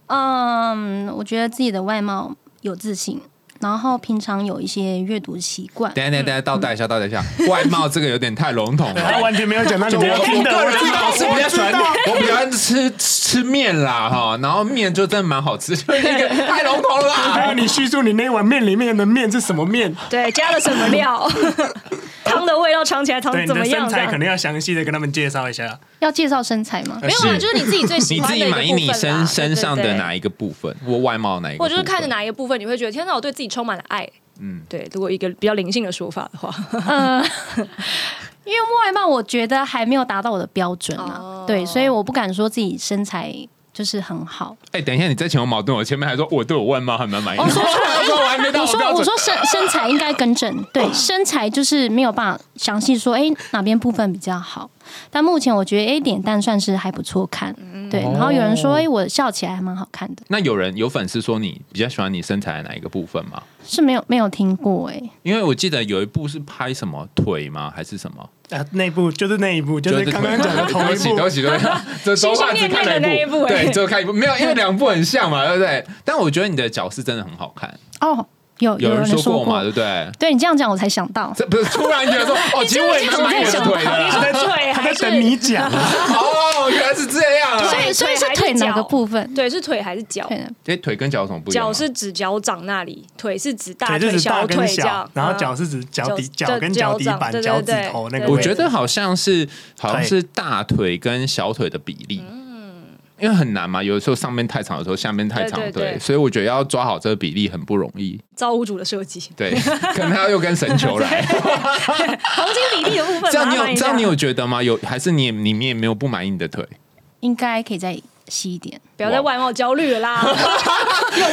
Speaker 1: 嗯，我觉得自己的外貌有自信，然后平常有一些阅读习惯。
Speaker 2: 等一下等一下等一
Speaker 3: 嗯
Speaker 2: 下，倒带一下，倒带一下。外貌这个有点太笼
Speaker 4: [LAUGHS]
Speaker 2: 统
Speaker 4: 他
Speaker 2: 了。
Speaker 4: 完全没有讲到 [LAUGHS] 你
Speaker 2: 就
Speaker 4: 们
Speaker 2: 我
Speaker 4: 要听
Speaker 2: 我
Speaker 4: 的，
Speaker 2: 个人知
Speaker 4: 知
Speaker 2: 道
Speaker 4: 道
Speaker 2: 我是
Speaker 4: [LAUGHS]
Speaker 2: 比较喜欢，我比较喜欢吃吃吃面啦哈，然后面就真的蛮好吃，就是那个太笼统了
Speaker 4: 还
Speaker 2: 啦。
Speaker 4: 有啊你叙述你那碗面里面的面是什么面，
Speaker 3: 对，加了什么料？汤的味道尝起来汤
Speaker 4: 对你
Speaker 3: 怎么
Speaker 4: 的
Speaker 3: 样
Speaker 4: 身
Speaker 3: 这
Speaker 4: 材
Speaker 3: 样？
Speaker 4: 可能要详细的跟他们介绍一下。
Speaker 1: 要介绍身材吗？
Speaker 3: 没有啊，就是你自己最喜
Speaker 2: 你
Speaker 3: 欢
Speaker 2: 自
Speaker 3: 的
Speaker 2: 己
Speaker 3: 一个
Speaker 2: 满意 [LAUGHS] 你
Speaker 3: 部分啦
Speaker 2: 身身上
Speaker 3: 对
Speaker 2: 的
Speaker 3: 对对
Speaker 2: 哪一个部分，或外貌哪一个？
Speaker 3: 或者就是看着。哪一个部分，你会觉得天哪，我对自己充满了爱。嗯，对，如果一个比较灵性的说法的话，嗯
Speaker 1: 因为外貌我觉得还没有达到我的标准啊，
Speaker 3: 哦
Speaker 1: 对，所以我不敢说自己身材就是很好。
Speaker 2: 哎，等一下，你在前有矛盾，我前面还说我对我外貌还蛮满意。我说我还没到
Speaker 1: 我
Speaker 2: 我
Speaker 1: 说
Speaker 2: 标
Speaker 1: 我
Speaker 2: 准。
Speaker 1: 说身身材应该
Speaker 2: [LAUGHS]
Speaker 1: 更正，对，身材就是没有办法详细说，哎、哪边部分比较好。但目前我觉得，哎、脸蛋算是还不错看，对。
Speaker 2: 哦
Speaker 1: 然后有人说，哎、我笑起来还蛮好看的，
Speaker 2: 那有人有粉丝说你比较喜欢你身材的哪一个部分吗？
Speaker 1: 是没有没有听过、哎，
Speaker 2: 因为我记得有一部是拍什么腿吗？还是什么？
Speaker 4: 啊，那一部就是那一部，就是刚刚
Speaker 2: [LAUGHS]
Speaker 4: 讲的同
Speaker 2: 对
Speaker 4: 一
Speaker 2: 不起，对
Speaker 4: 部
Speaker 2: 不。起，对不起，这都忘记看了一部，
Speaker 3: 心心念念的那一部哎
Speaker 2: 对，只有看一部，没有，因为两部很像嘛，对不对？但我觉得你的脚是真的很好看，
Speaker 1: 哦，有
Speaker 2: 有
Speaker 1: 人
Speaker 2: 人
Speaker 1: 说
Speaker 2: 过嘛，对不对？
Speaker 1: 对你这样讲，我才想到，
Speaker 2: 这不是突然觉得说，哦，其实我也蛮满意我的腿的
Speaker 3: 你说
Speaker 2: 啦。
Speaker 3: 腿
Speaker 4: 他
Speaker 3: 还
Speaker 4: 在
Speaker 3: 是啊
Speaker 4: 等你讲，
Speaker 3: [LAUGHS]
Speaker 2: 哦，原来是这样啊！
Speaker 1: 所以
Speaker 3: 对
Speaker 1: 所以是
Speaker 3: 腿还是
Speaker 1: 腿哪个
Speaker 3: 脚
Speaker 1: 部分？
Speaker 3: [LAUGHS] 对，是腿还是脚？
Speaker 1: 对，
Speaker 2: 哎，腿跟脚有什么不一样吗？
Speaker 3: 脚是指脚掌那里，腿是指大
Speaker 4: 腿就
Speaker 3: 腿、
Speaker 4: 是大
Speaker 3: 小
Speaker 4: 跟
Speaker 3: 腿这样
Speaker 4: 小，，然后
Speaker 3: 嗯
Speaker 4: 脚是指脚底、
Speaker 3: 脚
Speaker 4: 脚跟脚底
Speaker 3: 脚掌对
Speaker 4: 板、
Speaker 3: 对
Speaker 4: 脚趾
Speaker 3: 对
Speaker 4: 头那个
Speaker 3: 对
Speaker 4: 位置。
Speaker 2: 我觉得好像是好像是大腿跟小腿的比例。因为很难嘛，有的时候上面太长，有时候下面太长，
Speaker 3: 对对对
Speaker 2: 所以我觉得要抓好这个比例很不容易。
Speaker 3: 造物主的设计，
Speaker 2: 对，可能他又跟神球来，
Speaker 3: 黄金比例的部分。
Speaker 2: 这样你
Speaker 3: 麻烦
Speaker 2: 有
Speaker 3: 一
Speaker 2: 这
Speaker 3: 下
Speaker 2: 样你有觉得吗？有还是你也你们也没有不满意你的腿？
Speaker 1: 应该可以再细一点。
Speaker 3: 不要再外貌焦虑了啦，拥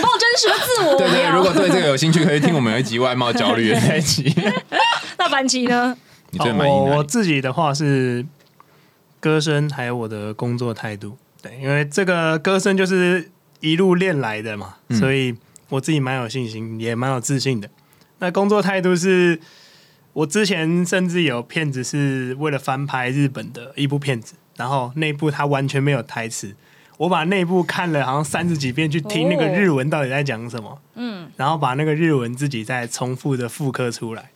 Speaker 3: 抱真实的自我。
Speaker 2: 对
Speaker 3: 不
Speaker 2: 对，
Speaker 3: 要
Speaker 2: 如果对这个有兴趣，可以听我们有一集外貌焦
Speaker 3: [LAUGHS]
Speaker 2: 虑的那一集。
Speaker 3: 那班级呢？
Speaker 2: 你
Speaker 4: 哦
Speaker 2: 最满意
Speaker 4: 我
Speaker 2: 哪
Speaker 4: 我
Speaker 2: 里？
Speaker 4: 自己的话是歌声，还有我的工作态度。对，因为这个歌声就是一路练来的嘛，
Speaker 2: 嗯
Speaker 4: 所以我自己蛮有信心，也蛮有自信的。那工作态度是，我之前甚至有片子是为了翻拍日本的一部片子，然后那部它完全没有台词，我把那部看了好像三十几遍去听那个
Speaker 3: 哦
Speaker 4: 日文到底在讲什么，
Speaker 3: 嗯，
Speaker 4: 然后把那个日文自己再重复的复刻出来。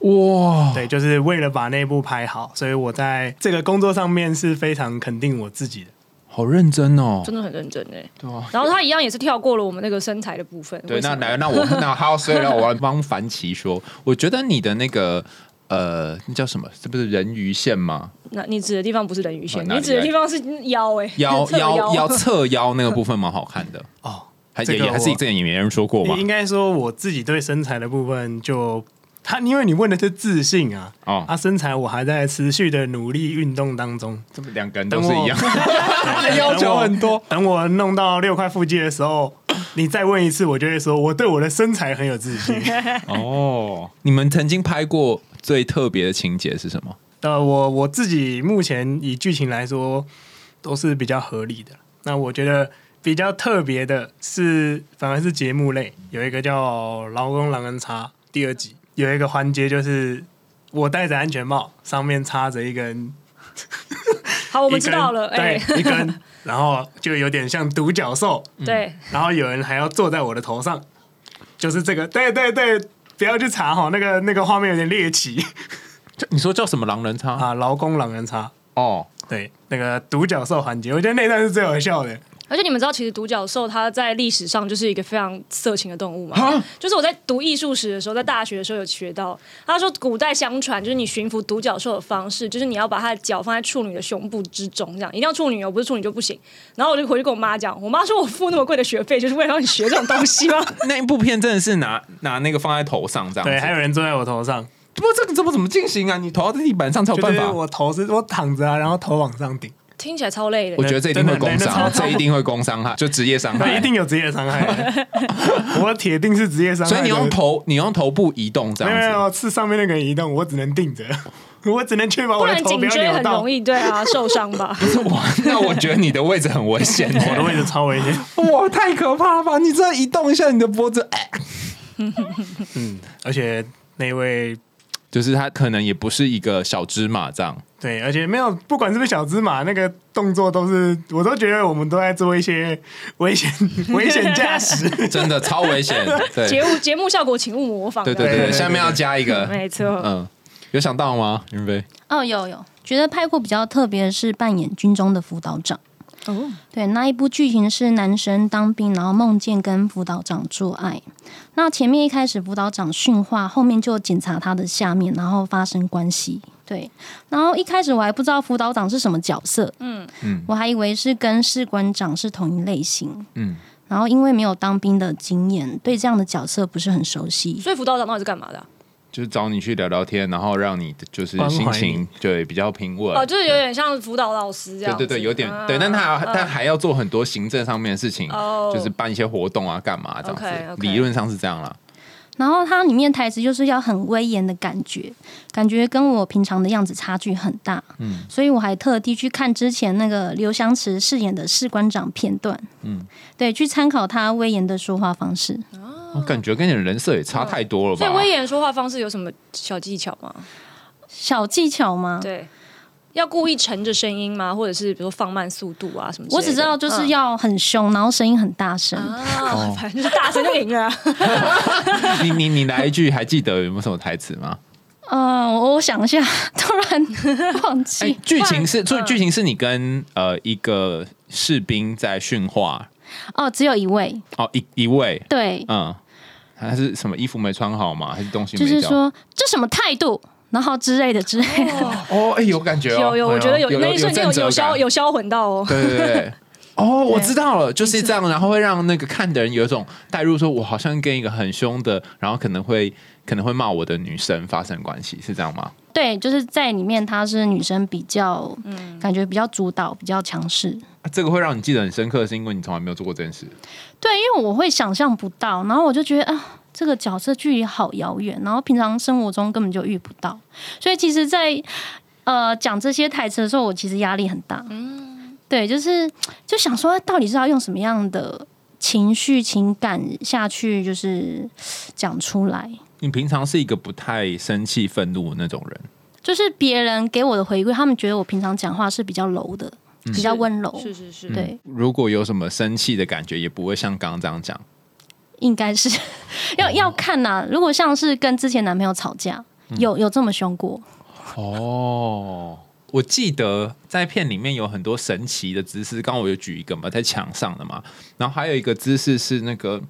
Speaker 2: 哇，
Speaker 4: 对，就是为了把那部拍好，所以我在这个工作上面是非常肯定我自己的。
Speaker 2: 好认真哦。
Speaker 3: 真的很认真哎。
Speaker 2: 对啊
Speaker 3: 然后他一样也是跳过了我们那个身材的部分。
Speaker 2: 对，
Speaker 3: 为什
Speaker 2: 那
Speaker 3: 么
Speaker 2: 来，那
Speaker 3: [LAUGHS]
Speaker 2: 我那好，所以让我要帮凡奇说，我觉得你的那个呃，那叫什么？这不是人鱼线吗？
Speaker 3: 那你指的地方不是人鱼
Speaker 2: 啊
Speaker 3: 线，
Speaker 2: 哪里
Speaker 3: 你指的地方是腰哎，
Speaker 2: [LAUGHS]
Speaker 3: [LAUGHS]
Speaker 2: 腰
Speaker 3: 侧
Speaker 2: 腰腰侧腰那个部分蛮好看的，
Speaker 4: 哦，
Speaker 2: 还
Speaker 4: 这个
Speaker 2: 也还是
Speaker 4: 我
Speaker 2: 这也没人说过嘛
Speaker 4: 应。该说我自己对身材的部分就，他因为你问的是自信啊，
Speaker 2: 哦，
Speaker 4: 啊，身材我还在持续的努力运动当中，
Speaker 2: 这么两个人
Speaker 4: 等
Speaker 2: 都是
Speaker 4: 我 [LAUGHS]
Speaker 2: 一样， [LAUGHS] 要求很多。
Speaker 4: 等我弄到六块腹肌的时候，你再问一次，我就会说我对我的身材很有自信。
Speaker 2: 哦，你们曾经拍过最特别的情节是什么？
Speaker 4: 呃，我我自己目前以剧情来说都是比较合理的。那我觉得比较特别的是，反而是节目类有一个叫《劳工狼人杀》第二集，有一个环节就是我戴着安全帽，上面插着一根，
Speaker 3: 好，我们
Speaker 4: 一
Speaker 3: 知
Speaker 4: 根
Speaker 3: 道了，哎，
Speaker 4: 对，一根，然后就有点像独角兽，
Speaker 2: 嗯
Speaker 3: 对，
Speaker 4: 然后有人还要坐在我的头上，就是这个，对对对。不要去查哈，那个那个画面有点猎奇
Speaker 2: 就你说叫什么狼人叉？
Speaker 4: 啊！劳工狼人杀，
Speaker 2: 哦，
Speaker 4: 对，那个独角兽环节，我觉得那段是最有效的。
Speaker 3: 而且你们知道，其实独角兽它在历史上就是一个非常色情的动物嘛。就是我在读艺术史的时候，在大学的时候有学到，他说古代相传就是你驯服独角兽的方式，就是你要把它的脚放在处女的胸部之中，这样一定要处女哦，不是处女就不行。然后我就回去跟我妈讲，我妈说我付那么贵的学费，就是为了让你学这种东西吗？ [LAUGHS]
Speaker 2: 那一部片真的是拿拿那个放在头上这样子，
Speaker 4: 对，还有人坐在我头上，
Speaker 2: 不过这个这么怎么进行啊？你头要在地板上才有
Speaker 4: 就
Speaker 2: 办
Speaker 4: 是
Speaker 2: 法。
Speaker 4: 我头是我躺着啊，然后头往上顶，
Speaker 3: 听起来超累的
Speaker 2: 我。觉得这一定会工
Speaker 4: 真的
Speaker 2: 伤
Speaker 4: 真，的
Speaker 2: 这一定会工伤害，就职业伤
Speaker 4: 那
Speaker 2: 害。
Speaker 4: 一定有职业伤害， [LAUGHS] 我铁定是职业伤害。
Speaker 2: 所以你用头，你用头部移动这
Speaker 4: 没有没
Speaker 2: 样子。
Speaker 4: 有是上面那个人移动，我只能定着， [LAUGHS] 我只能确保
Speaker 3: 不
Speaker 4: 我的
Speaker 3: 然
Speaker 4: 头
Speaker 3: 颈
Speaker 4: 不要
Speaker 3: 椎
Speaker 4: 扭
Speaker 3: 很
Speaker 4: 到
Speaker 3: 容。易对啊受伤吧。
Speaker 2: 哇，那我觉得你的位置很危险。
Speaker 4: 我的位置超危险，
Speaker 2: 哇，太可怕了吧！你这样移动一下你的脖子，哎，
Speaker 4: [LAUGHS] 而且那一位
Speaker 2: 就是他可能也不是一个小芝麻这样。
Speaker 4: 对，而且没有，不管是不是小芝麻，那个动作都是，我都觉得我们都在做一些危险危险驾驶。
Speaker 2: 真的超危险。对
Speaker 3: 节
Speaker 2: 对
Speaker 3: 目节目效果，请勿模仿。
Speaker 2: 对对对，
Speaker 4: 对
Speaker 2: 下面要加一个，
Speaker 3: 没错。
Speaker 2: 嗯，有想到吗？云飞，
Speaker 1: 哦，有有，觉得拍过比较特别的是扮演军中的辅导长。
Speaker 3: 哦，
Speaker 1: 对，那一部剧情是男生当兵，然后梦见跟辅导长做爱。那前面一开始辅导长训话，后面就检查他的下面，然后发生关系。对，然后一开始我还不知道辅导长是什么角色，嗯
Speaker 2: 嗯
Speaker 1: 嗯，我还以为是跟士官长是同一类型。
Speaker 2: 嗯，
Speaker 1: 然后因为没有当兵的经验，对这样的角色不是很熟悉。
Speaker 3: 所以辅导长到底是干嘛的啊？
Speaker 2: 就是找你去聊聊天，然后让你就是
Speaker 4: 关怀
Speaker 2: 心
Speaker 4: 你
Speaker 2: 情对比较平稳。
Speaker 3: 哦，就是有点像辅导老师这
Speaker 2: 对
Speaker 3: 样子。
Speaker 2: 对对，有点
Speaker 3: 啊
Speaker 2: 对，但他
Speaker 3: 啊
Speaker 2: 但还要做很多行政上面的事情，
Speaker 3: 哦
Speaker 2: 就是办一些活动啊，干嘛这样子。
Speaker 3: OK，OK
Speaker 2: 理论上是这样啦。
Speaker 1: 然后它里面台词就是要很威严的感觉，感觉跟我平常的样子差距很大。嗯，所以我还特地去看之前那个刘湘慈饰演的士官长片段。
Speaker 2: 嗯
Speaker 1: 嗯，对，去参考他威严的说话方式。
Speaker 2: 我哦感觉跟你的人设也差太多了
Speaker 3: 所
Speaker 2: 吧
Speaker 3: 以？威严说话方式有什么小技巧吗？
Speaker 1: 小技巧吗？
Speaker 3: 对，要故意沉着声音吗？或者是比如说放慢速度啊什么之类的？
Speaker 1: 我只知道就是要很凶，然后声音很大声。
Speaker 3: 嗯啊，反正就是大声就赢了啊。
Speaker 2: 你你你来一句，还记得有没有什么台词吗？
Speaker 1: 嗯、我我想一下，突然忘
Speaker 2: 哎、
Speaker 1: 记。
Speaker 2: 剧情是剧剧情是你跟呃一个士兵在训话，
Speaker 1: 哦，只有一位，
Speaker 2: 哦一一位，
Speaker 1: 对，
Speaker 2: 嗯，他是什么衣服没穿好吗？还是东西没
Speaker 1: 就
Speaker 2: 交？
Speaker 1: 是说这什么态度，然后之类的之类的。
Speaker 2: 哦，哎、有感觉哦，
Speaker 3: 有有，我觉得有
Speaker 2: 有
Speaker 3: 那一瞬间有
Speaker 2: 有
Speaker 3: 有销有销魂到哦。
Speaker 2: 对对
Speaker 3: [LAUGHS]
Speaker 2: 对。哦，我知道了，就是这样，然后会让那个看的人有一种代入，说我好像跟一个很凶的，然后可能会可能会骂我的女生发生关系，是这样吗？
Speaker 1: 对，就是在里面她是女生比较，
Speaker 3: 嗯
Speaker 1: 感觉比较主导，比较强势。
Speaker 2: 啊这个会让你记得很深刻，是因为你从来没有做过这件事。
Speaker 1: 对，因为我会想象不到，然后我就觉得啊，这个角色距离好遥远，然后平常生活中根本就遇不到，所以其实在，呃讲这些台词的时候，我其实压力很大。嗯，对，就是就想说，到底是要用什么样的情绪、情感下去，就是讲出来。
Speaker 2: 你平常是一个不太生气、愤怒的那种人，
Speaker 1: 就是别人给我的回馈，他们觉得我平常讲话是比较柔的，比较温柔，
Speaker 3: 是是是，
Speaker 1: 对。
Speaker 2: 如果有什么生气的感觉，也不会像刚刚这样讲。
Speaker 1: 应该是
Speaker 2: 哦
Speaker 1: 要要看呐、如果像是跟之前男朋友吵架，
Speaker 2: 嗯
Speaker 1: 有有这么凶过，
Speaker 2: 哦，我记得在片里面有很多神奇的姿势，刚刚我有举一个嘛，在墙上的嘛，然后还有一个姿势是那个。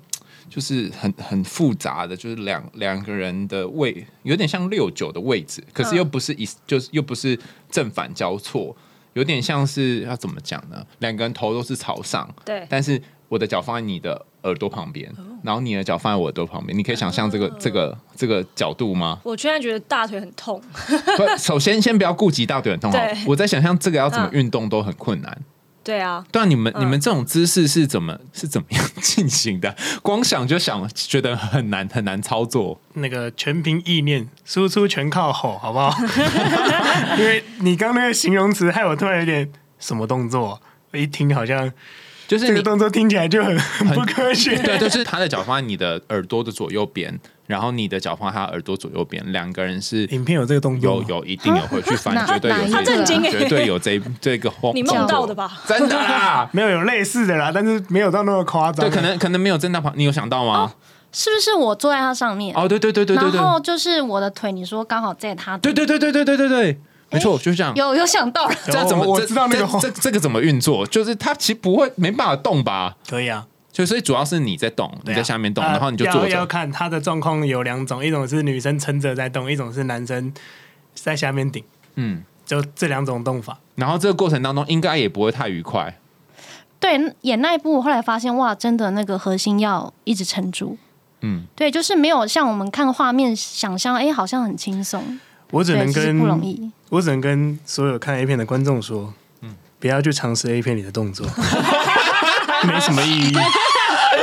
Speaker 2: 就是很很复杂的，就是两两个人的位有点像六九的位置，可是又不是一、就是又不是正反交错，有点像是要怎么讲呢？两个人头都是朝上，
Speaker 3: 对
Speaker 2: 但是我的脚放在你的耳朵旁边，然后你的脚放在我的耳朵旁边，你可以想象这个、这个这个角度吗？
Speaker 3: 我现在觉得大腿很痛，
Speaker 2: 不，首先先不要顾及大腿很痛好了
Speaker 3: 对
Speaker 2: 我在想象这个要怎么运动都很困难。
Speaker 3: 对啊，
Speaker 2: 对啊，你们、
Speaker 3: 嗯
Speaker 2: 你们这种姿势是怎么是怎么样进行的？光想就想，觉得很难很难操作。
Speaker 4: 那个全凭意念，输出全靠吼，好不好？ [LAUGHS] 因为你刚那个形容词害我突然有点什么动作，我一听好像
Speaker 2: 就是
Speaker 4: 这
Speaker 2: 你
Speaker 4: 个动作听起来就很 [LAUGHS] 很不科学。
Speaker 2: 对，就是他的脚放在你的耳朵的左右边，然后你的脚放在他耳朵左右边，两个人是
Speaker 4: 影片有这个动作
Speaker 2: 有
Speaker 4: 吗，。
Speaker 2: 有一定有会去翻，
Speaker 1: 哪
Speaker 2: 绝对有
Speaker 1: 哪
Speaker 2: 这
Speaker 1: 一个
Speaker 2: 个，
Speaker 1: 他震
Speaker 3: 惊欸
Speaker 2: 绝对有这这个晃
Speaker 3: 你梦到
Speaker 2: 动作
Speaker 3: 的吧？
Speaker 2: 真的啦
Speaker 4: 没有有类似的啦，但是没有到那么夸张啊。
Speaker 2: 对，可能可能没有震到旁，你有想到吗？
Speaker 1: 是不是我坐在他上面？
Speaker 2: 哦，对对对对对对，
Speaker 1: 然后就是我的腿，你说刚好在他的
Speaker 2: 对对对对对对对对，没错，就是这样。
Speaker 1: 有有想到了，
Speaker 2: 这要怎么
Speaker 4: 哦我我
Speaker 2: 这
Speaker 4: 知道那个
Speaker 2: 这这这个怎么运作？就是它其实不会没办法动吧？
Speaker 4: 可以啊，
Speaker 2: 就所以主要是你在动，
Speaker 4: 对
Speaker 2: 你
Speaker 4: 啊
Speaker 2: 在下面动，
Speaker 4: 呃
Speaker 2: 然后你就坐
Speaker 4: 要要
Speaker 2: 着。
Speaker 4: 看他的状况有两种，一种是女生撑着在动，一种是男生在下面顶，
Speaker 2: 嗯，
Speaker 4: 就这两种动法。
Speaker 2: 然后这个过程当中应该也不会太愉快。
Speaker 1: [LAUGHS] 对，演那一部，我后来发现哇，真的那个核心要一直撑住。
Speaker 2: 嗯，
Speaker 1: 对，就是没有像我们看画面想象，哎、好像很轻松，
Speaker 4: 我只
Speaker 1: 对，
Speaker 4: 能
Speaker 1: 其实
Speaker 4: 跟
Speaker 1: 不容易。
Speaker 4: 我只能跟所有看 A 片的观众说，不要去尝试 A 片里的动作， [LAUGHS] 没什么意义。 [LAUGHS]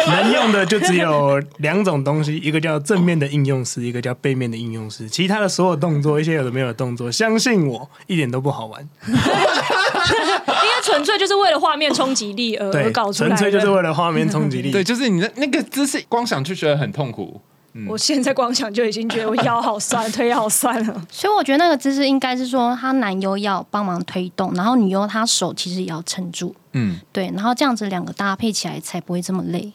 Speaker 4: 能用的就只有两种东西，一个叫正面的应用式，一个叫背面的应用式。其他的所有动作，一些有的没有的动作，相信我，一点都不好玩。
Speaker 3: 应该纯粹就是为了画面冲击力而
Speaker 4: 对
Speaker 3: 而搞，出
Speaker 4: 纯
Speaker 3: 来的。
Speaker 4: 粹就是为了画面冲
Speaker 3: [LAUGHS]
Speaker 4: 击力。
Speaker 2: 对，就是你的那个姿势，光想就觉得很痛苦。
Speaker 3: 我现在光想就已经觉得我腰好酸，腿好酸
Speaker 4: [LAUGHS]
Speaker 3: 了。
Speaker 1: 所以我觉得那个姿势应该是说，他男优要帮忙推动，然后女优她手其实也要撑住，
Speaker 2: 嗯
Speaker 1: 对，然后这样子两个搭配起来才不会这么累。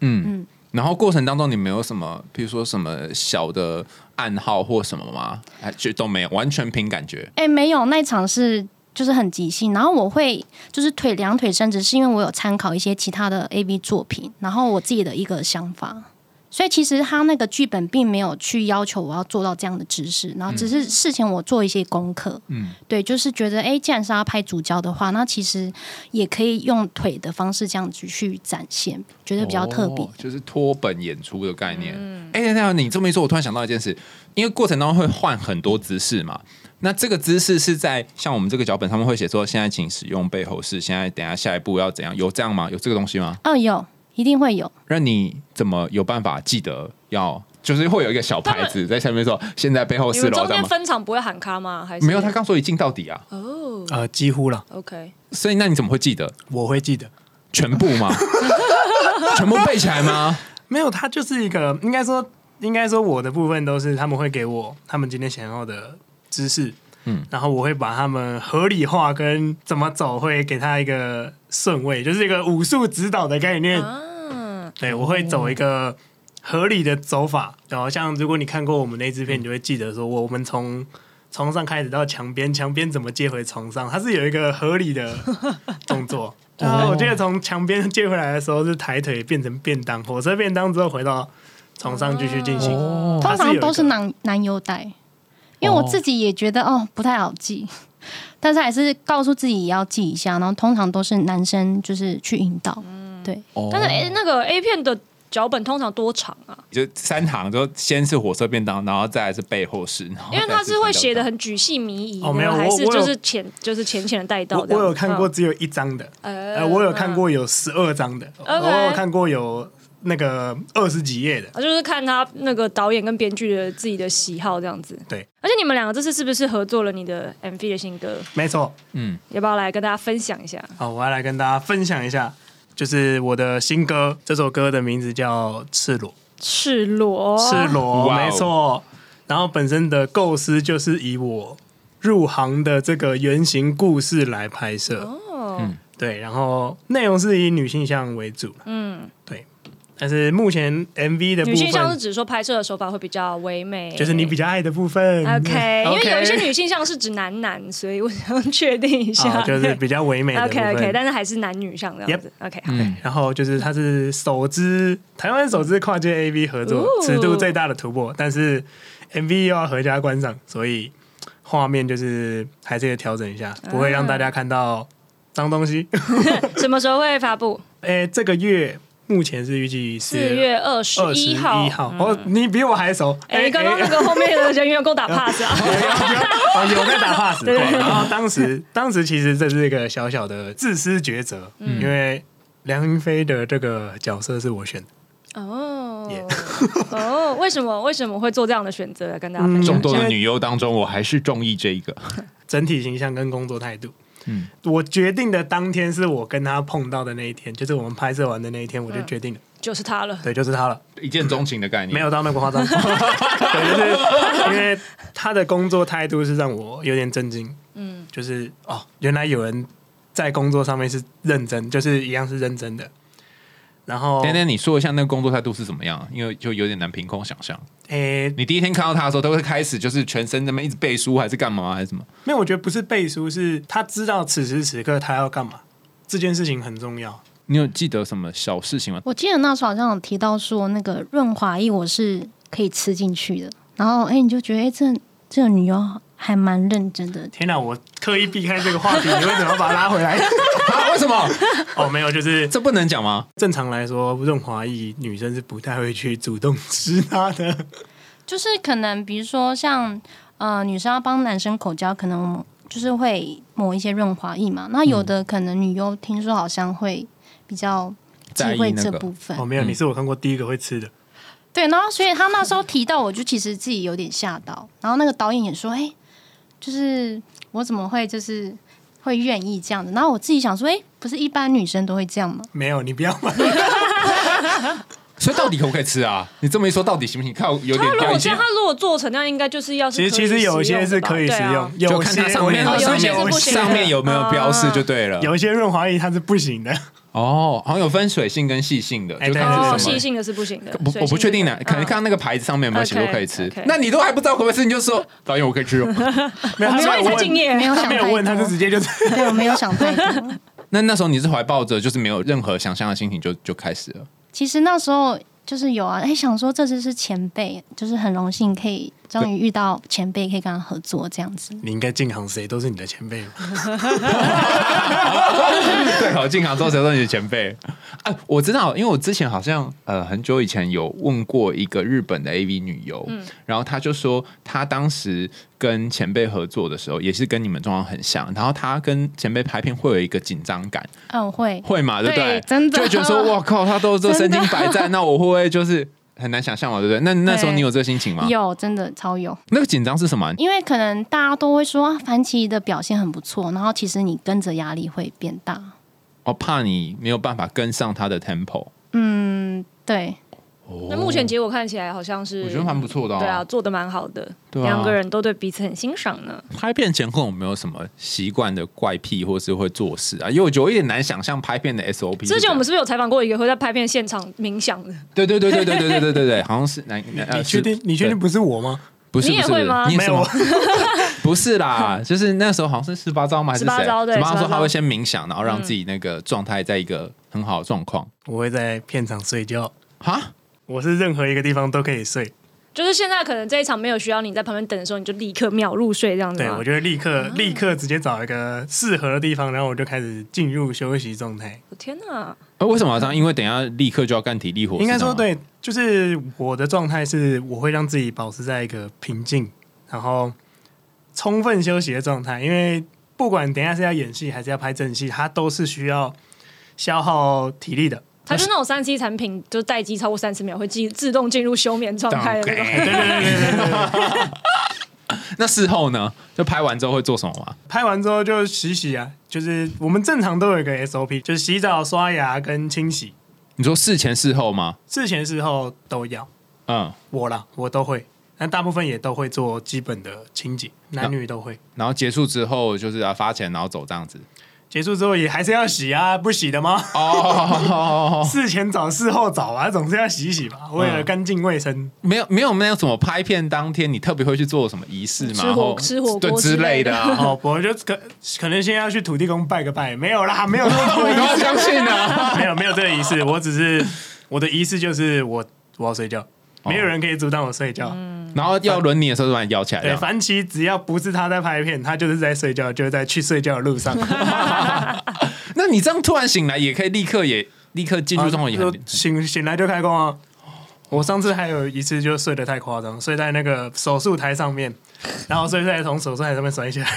Speaker 2: 嗯。然后过程当中，你没有什么，比如说什么小的暗号或什么吗？哎，就都没有，完全凭感觉。
Speaker 1: 哎、没有，那一场是就是很即兴，然后我会就是腿两腿伸直，是因为我有参考一些其他的 A B 作品，然后我自己的一个想法。所以其实他那个剧本并没有去要求我要做到这样的姿势，然后只是事前我做一些功课，
Speaker 2: 嗯
Speaker 1: 嗯，对，就是觉得哎，诶既然是要拍主角的话，那其实也可以用腿的方式这样子去展现，觉得比较特别。
Speaker 2: 哦就是脱本演出的概念。
Speaker 3: 嗯
Speaker 2: 哎、等一下你这么一说，我突然想到一件事，因为过程当中会换很多姿势嘛。那这个姿势是在像我们这个脚本上面会写说，现在请使用背后式，现在等一下下一步要怎样？有这样吗？有这个东西吗？
Speaker 1: 哦，有，一定会有。
Speaker 2: 那你怎么有办法记得要？就是会有一个小牌子在下面说，现在背后
Speaker 3: 你
Speaker 2: 是
Speaker 3: 们
Speaker 2: 楼
Speaker 3: 中
Speaker 2: 上
Speaker 3: 间
Speaker 2: 吗？
Speaker 3: 分场不会喊咖吗？还是
Speaker 2: 没有，他刚说一镜到底啊，
Speaker 3: 哦
Speaker 4: 呃，几乎了，
Speaker 3: ，OK，
Speaker 2: 所以那你怎么会记得
Speaker 4: 我会记得。
Speaker 2: 全部吗？
Speaker 3: [LAUGHS]
Speaker 2: 全部背起来吗？
Speaker 4: 没有，它就是一个，应该说，应该说我的部分都是他们会给我他们今天想要的知识，
Speaker 2: 嗯
Speaker 4: 嗯，然后我会把他们合理化跟怎么走会给他一个顺位，就是一个武术指导的概念。
Speaker 3: 啊，
Speaker 4: 对，我会走一个合理的走法。然后像如果你看过我们那支片，你就会记得说，我我们从床上开始到墙边，墙边怎么接回床上，它是有一个合理的动作。然后我记得从墙边接回来的时候是抬腿变成便当，火车便当之后回到床上继续进行。
Speaker 2: 哦
Speaker 1: 通
Speaker 4: 啊它有
Speaker 1: 常
Speaker 4: 一
Speaker 1: 都
Speaker 4: 个
Speaker 1: 是男男优带，因为我自己也觉得哦不太好记， [LAUGHS] 但是还是告诉自己也要记一下。然后通常都是男生就是去引导，
Speaker 4: 嗯
Speaker 1: 对，
Speaker 3: 但
Speaker 4: 哦
Speaker 2: 哦
Speaker 3: 是诶那个 A 片的脚本通常多长啊？
Speaker 2: 就三行，就先是火车便当，然后再来是背后事，然后
Speaker 3: 因为
Speaker 2: 再
Speaker 3: 他是会写的
Speaker 2: 三角
Speaker 3: 很举细迷疑，
Speaker 4: 哦没有
Speaker 3: 还是
Speaker 4: 我我
Speaker 3: 就
Speaker 4: 有
Speaker 3: 是浅就是浅浅的带到
Speaker 4: 我
Speaker 3: 这样。
Speaker 4: 我有看过
Speaker 3: 嗯，
Speaker 4: 只有一张的，
Speaker 3: 呃
Speaker 4: 呃，我有看，过有十二张的，我有看过有那个二十几页的。
Speaker 3: 啊就是看他那个导演跟编剧的自己的喜好这样子。
Speaker 4: 对，
Speaker 3: 而且你们两个这次是不是合作了你的 MV 的新歌？
Speaker 4: 没错，
Speaker 2: 嗯，
Speaker 3: 要不要来跟大家分享一下？
Speaker 4: 好，我要来跟大家分享一下，就是我的新歌，这首歌的名字叫《赤裸》，
Speaker 3: 赤裸，
Speaker 4: 赤裸，
Speaker 2: 哇哦
Speaker 4: 没错。然后本身的构思就是以我入行的这个原型故事来拍摄，
Speaker 3: 哦，
Speaker 2: 嗯
Speaker 4: 对，然后内容是以女性向为主，
Speaker 3: 嗯，
Speaker 4: 对。但是目前 MV 的部
Speaker 3: 女性像是
Speaker 4: 分，
Speaker 3: 指说拍摄的手法会比较唯美，
Speaker 4: 就是你比较爱的部分 [LAUGHS]
Speaker 3: OK，因为有一些
Speaker 4: OK
Speaker 3: 女性像是指男男，所以我想确定一下，
Speaker 4: 啊，
Speaker 3: [LAUGHS]
Speaker 4: 就是比较唯美的部
Speaker 3: OK
Speaker 4: 分。
Speaker 3: OK，但是还是男女像这样子。OK，好，
Speaker 2: 嗯
Speaker 4: 然后就是它是首支台湾首支跨界 AV 合作
Speaker 3: 哦，
Speaker 4: 尺度最大的突破，但是 MV 又要合家观赏，所以画面就是还是得调整一下，
Speaker 3: 啊
Speaker 4: 不会让大家看到脏东西。 [LAUGHS]
Speaker 3: 什么时候会发布？
Speaker 4: 哎、这个月目前是预计
Speaker 3: 四
Speaker 4: 是
Speaker 3: 月二十
Speaker 4: 二十
Speaker 3: 一
Speaker 4: 一
Speaker 3: 号。嗯
Speaker 4: 号，哦，你比我还熟。
Speaker 3: 哎，刚刚那
Speaker 4: 哎
Speaker 3: 个后面的人
Speaker 4: [LAUGHS]
Speaker 3: 员够打 pass 啊！
Speaker 4: 哦，有在打 pass 对，然后当时当时其实这是一个小小的自私抉择，因为梁云飞的这个角色是我选的。
Speaker 3: [LAUGHS] 哦
Speaker 4: Yeah
Speaker 3: 哦，为什么为什么会做这样的选择？来跟大家分
Speaker 4: 嗯
Speaker 2: 众
Speaker 3: 享一
Speaker 2: 多的
Speaker 3: 下。
Speaker 2: 女优当中，我还是中意这一个。
Speaker 4: 整体形象跟工作态度。
Speaker 2: 嗯
Speaker 4: 嗯，我决定的当天是我跟他碰到的那一天，就是我们拍摄完的那一天，我就决定了，
Speaker 3: 就是他了，
Speaker 4: 对，就是他了，
Speaker 2: 一 [LAUGHS] 见钟情的概念，
Speaker 4: 没有到那么夸 [LAUGHS] 张，对，就是因为他的工作态度是让我有点震惊，嗯，就是哦，原来有人在工作上面是认真，就是一样是认真的，然后，
Speaker 2: 等等，你说一下那个工作态度是怎么样？因为就有点难凭空想象。
Speaker 4: 诶、
Speaker 2: 你第一天看到他的时候，都会开始就是全身那么一直背书，还是干嘛，还是什么？
Speaker 4: 没有，我觉得不是背书，是他知道此时此刻他要干嘛，这件事情很重要。
Speaker 2: 你有记得什么小事情吗？
Speaker 1: 我记得那时候好像有提到说，那个润滑液我是可以吃进去的。然后，哎、你就觉得，哎、这这个女优还蛮认真的。
Speaker 4: 天哪，我刻意避开这个话题，你为什么要把它拉回来？ [LAUGHS]
Speaker 2: [LAUGHS] 啊，为什么？
Speaker 4: 哦，没有，就是
Speaker 2: 这不能讲吗？
Speaker 4: 正常来说，润滑液女生是不太会去主动吃它的。
Speaker 1: 就是可能比如说像呃，女生要帮男生口交，可能我们就是会抹一些润滑液嘛。那有
Speaker 2: 嗯
Speaker 1: 的可能女优听说好像会比较忌
Speaker 2: 在意
Speaker 1: 讳
Speaker 2: 那
Speaker 1: 这
Speaker 2: 个
Speaker 1: 部分，
Speaker 4: 哦，没有，
Speaker 2: 嗯
Speaker 4: 你是我看过第一个会吃的。
Speaker 1: 对。然后所以他那时候提到，我就其实自己有点吓到。然后那个导演也说，哎、就是我怎么会就是会愿意这样子？然后我自己想说，哎、不是一般女生都会这样吗？
Speaker 4: 没有，你不要买。
Speaker 2: 所以到底可不可以吃啊？你这么一说，到底行不行？看我 [LAUGHS] 有
Speaker 3: 他
Speaker 2: 点
Speaker 3: 如
Speaker 2: 标
Speaker 3: 果这
Speaker 2: 签
Speaker 3: 样，。他如果做成那样，应该就是要是
Speaker 4: 其实
Speaker 3: 可以
Speaker 4: 其实有些是可以
Speaker 3: 使
Speaker 4: 食
Speaker 3: 用的吧
Speaker 4: 用，，
Speaker 3: 对啊
Speaker 2: 就
Speaker 4: 有
Speaker 2: 看他
Speaker 4: 些
Speaker 2: 上面
Speaker 4: 我
Speaker 3: 哦
Speaker 4: 也
Speaker 2: 上
Speaker 3: 有些是
Speaker 2: 面
Speaker 3: 不行的
Speaker 2: 上面有没有标示就对了。
Speaker 4: 有一些润滑液它是不行的。
Speaker 2: 哦，好像有分水性跟细性的，
Speaker 4: 哎
Speaker 2: 就
Speaker 4: 对
Speaker 2: 看
Speaker 3: 哦，
Speaker 2: 是什
Speaker 3: 细
Speaker 2: 么。
Speaker 3: 性的是不行的，
Speaker 2: 不，我不确定呢
Speaker 3: 呢，，
Speaker 2: 可能看到那个牌子上面有没有写说可以吃
Speaker 3: OK，OK。
Speaker 2: 那你都还不知道可不可以吃，你就说 [LAUGHS] 导演我可以吃哦。
Speaker 4: 没有，
Speaker 3: 嗯
Speaker 4: 他
Speaker 3: 所
Speaker 4: 没有
Speaker 3: 以才敬
Speaker 4: 问，
Speaker 3: 业
Speaker 1: 没。有想
Speaker 4: 他没
Speaker 1: 太
Speaker 4: 有问，他就
Speaker 1: 多
Speaker 4: 直，接就是。 [LAUGHS]
Speaker 1: 对我没有想太多。
Speaker 2: 那那时候你是怀抱着就是没有任何想象的心情就就开始了， [LAUGHS]
Speaker 1: 其实那时候就是有啊，哎、想说这次是前辈，就是很荣幸可以终于遇到前辈，可以跟他合作这样子。
Speaker 4: 你应该进行谁都是你的前辈嘛。
Speaker 2: 对，考进行之后才算你的前辈。哎，我知道，因为我之前好像呃很久以前有问过一个日本的 AV 女优，然后她就说她当时跟前辈合作的时候也是跟你们状况很像，然后她跟前辈拍片会有一个紧张感，
Speaker 1: 嗯，我会，
Speaker 2: 会嘛，对不对？
Speaker 1: 对真的
Speaker 2: 就会觉得说，哇靠，他都这
Speaker 1: 真的
Speaker 2: 身经百战，那我会不会就是很难想象嘛，对不对？那那时候
Speaker 1: 对
Speaker 2: 你有这个心情吗？
Speaker 1: 有真的超有，
Speaker 2: 那个紧张是什么啊？
Speaker 1: 因为可能大家都会说啊，樊奇的表现很不错，然后其实你跟着压力会变大。
Speaker 2: 我怕你没有办法跟上他的 tempo。
Speaker 1: 嗯，对，
Speaker 3: 那目前结果看起来好像是，
Speaker 2: 我觉得蛮不错的、哦。
Speaker 3: 对啊，，做的蛮好的，
Speaker 2: 对啊
Speaker 3: 两个人都对彼此很欣赏呢。
Speaker 2: 拍片前后有没有什么习惯的怪癖，或是会做事啊？因为我有一点难想象拍片的 SOP 是这样。
Speaker 3: 之前我们是不是有采访过一个会在拍片现场冥想的？
Speaker 2: 对对对对对对对对对对，好像是男男
Speaker 4: 你
Speaker 2: 呃
Speaker 4: 确定？
Speaker 2: 是
Speaker 4: 你确定
Speaker 2: 对
Speaker 4: 不是我吗？
Speaker 2: 不是
Speaker 3: 你也
Speaker 2: 不是
Speaker 3: 会吗
Speaker 2: 你也
Speaker 4: 没
Speaker 2: 是
Speaker 4: 有
Speaker 2: 吗？不是啦，就是那时候好像是十八招吗？还是谁？
Speaker 3: 十八招对
Speaker 2: 十八
Speaker 3: 十八
Speaker 2: 招
Speaker 3: 招
Speaker 2: 他会先冥想，然后让自己那个状态在一个很好的状况。
Speaker 4: 我会在片场睡觉，
Speaker 2: 哈，
Speaker 4: 我是任何一个地方都可以睡。
Speaker 3: 就是现在可能这一场没有需要你在旁边等的时候，你就立刻秒入睡这样子
Speaker 4: 对，
Speaker 3: 吗
Speaker 2: 啊
Speaker 4: 我？就会立刻立刻直接找一个适合的地方，然后我就开始进入休息状态。
Speaker 3: 我天哪！
Speaker 2: 呃为什么要这样？因为等一下立刻就要干体力活，
Speaker 4: 应该说
Speaker 2: 是这样吗，
Speaker 4: 对，就是我的状态是，我会让自己保持在一个平静，然后充分休息的状态。因为不管等一下是要演戏还是要拍正戏，它都是需要消耗体力的。
Speaker 3: 它是那种三 C 产品，就是待机超过三十秒会自自动进入休眠状态的那
Speaker 2: 啊
Speaker 3: 种。
Speaker 4: 对对对对对对。
Speaker 2: 那事后呢？就拍完之后会做什么吗？
Speaker 4: 拍完之后就洗洗啊，就是我们正常都有一个 SOP，就是洗澡、刷牙跟清洗，
Speaker 2: 你说事前事后吗？
Speaker 4: 事前事后都要。
Speaker 2: 嗯，
Speaker 4: 我啦，我都会，但大部分也都会做基本的清洁，男女都会。
Speaker 2: 然后结束之后就是啊发钱，然后走这样子。
Speaker 4: 结束之后也还是要洗啊，不洗的吗？
Speaker 2: 哦，
Speaker 4: 事前澡、事后澡啊，总是要洗一洗吧，为了干净卫生。
Speaker 2: [LAUGHS] 没有没有没有什么拍片当天你特别会去做什么仪式吗？
Speaker 3: 吃火
Speaker 2: 然后
Speaker 3: 吃火锅
Speaker 2: 对之
Speaker 3: 之类
Speaker 2: 的
Speaker 3: 的 [LAUGHS]
Speaker 2: 啊。
Speaker 4: 哦，我就可可能先要去土地公拜个拜，没有啦，没有那么多
Speaker 2: 我都要
Speaker 4: 仪
Speaker 2: [LAUGHS]
Speaker 4: 式，
Speaker 2: 相信
Speaker 4: [LAUGHS]
Speaker 2: 啊！
Speaker 4: 没有没有这个仪式，我只是我的仪式就是我我要睡觉，没有人可以阻挡我睡觉。
Speaker 2: 然后要轮你的时候就把你摇起来这
Speaker 4: 对，
Speaker 2: 样。
Speaker 4: 凡奇只要不是他在拍片，他就是在睡觉，就是在去睡觉的路上。
Speaker 2: 那你这样突然醒来，也可以立刻也立刻进入状况，也很
Speaker 4: 啊就醒醒来就开工啊！我上次还有一次就睡得太夸张，睡在那个手术台上面，然后睡在从手术台上面摔下来，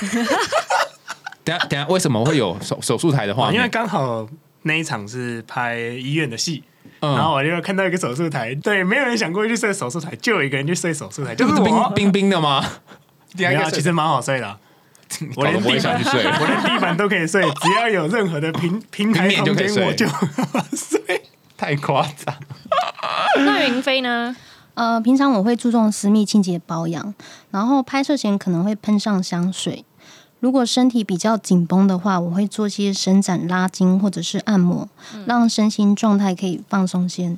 Speaker 2: 等下等下，为什么会有手手术台的画
Speaker 4: [LAUGHS] 哦因为
Speaker 2: 面？
Speaker 4: 刚好那一场是拍医院的戏。
Speaker 2: 嗯
Speaker 4: 然后我就看到一个手术台，对，没有人想过去睡手术台，就有一个人去睡手术台，就是
Speaker 2: 不是冰
Speaker 4: 我。
Speaker 2: 冰冰
Speaker 4: [LAUGHS]
Speaker 2: 的吗？
Speaker 4: 没有，啊其
Speaker 2: 其
Speaker 4: 实
Speaker 2: 实
Speaker 4: 蛮好睡的
Speaker 2: [LAUGHS]
Speaker 4: 啊、
Speaker 2: 我
Speaker 4: 我连
Speaker 2: 我也想去睡了。
Speaker 4: 我连 [LAUGHS] 地板都可以睡，只要有任何的
Speaker 2: [LAUGHS]
Speaker 4: 平平台
Speaker 2: 平面就
Speaker 4: 空
Speaker 2: 可以
Speaker 4: 间，
Speaker 2: 睡
Speaker 4: 我就 [LAUGHS] 睡。
Speaker 2: 太夸张。
Speaker 3: [LAUGHS] 那云飞呢？
Speaker 1: 呃，平常我会注重私密清洁保养，然后拍摄前可能会喷上香水，如果身体比较紧绷的话，我会做些伸展、拉筋或者是按摩，让身心状态可以放松些，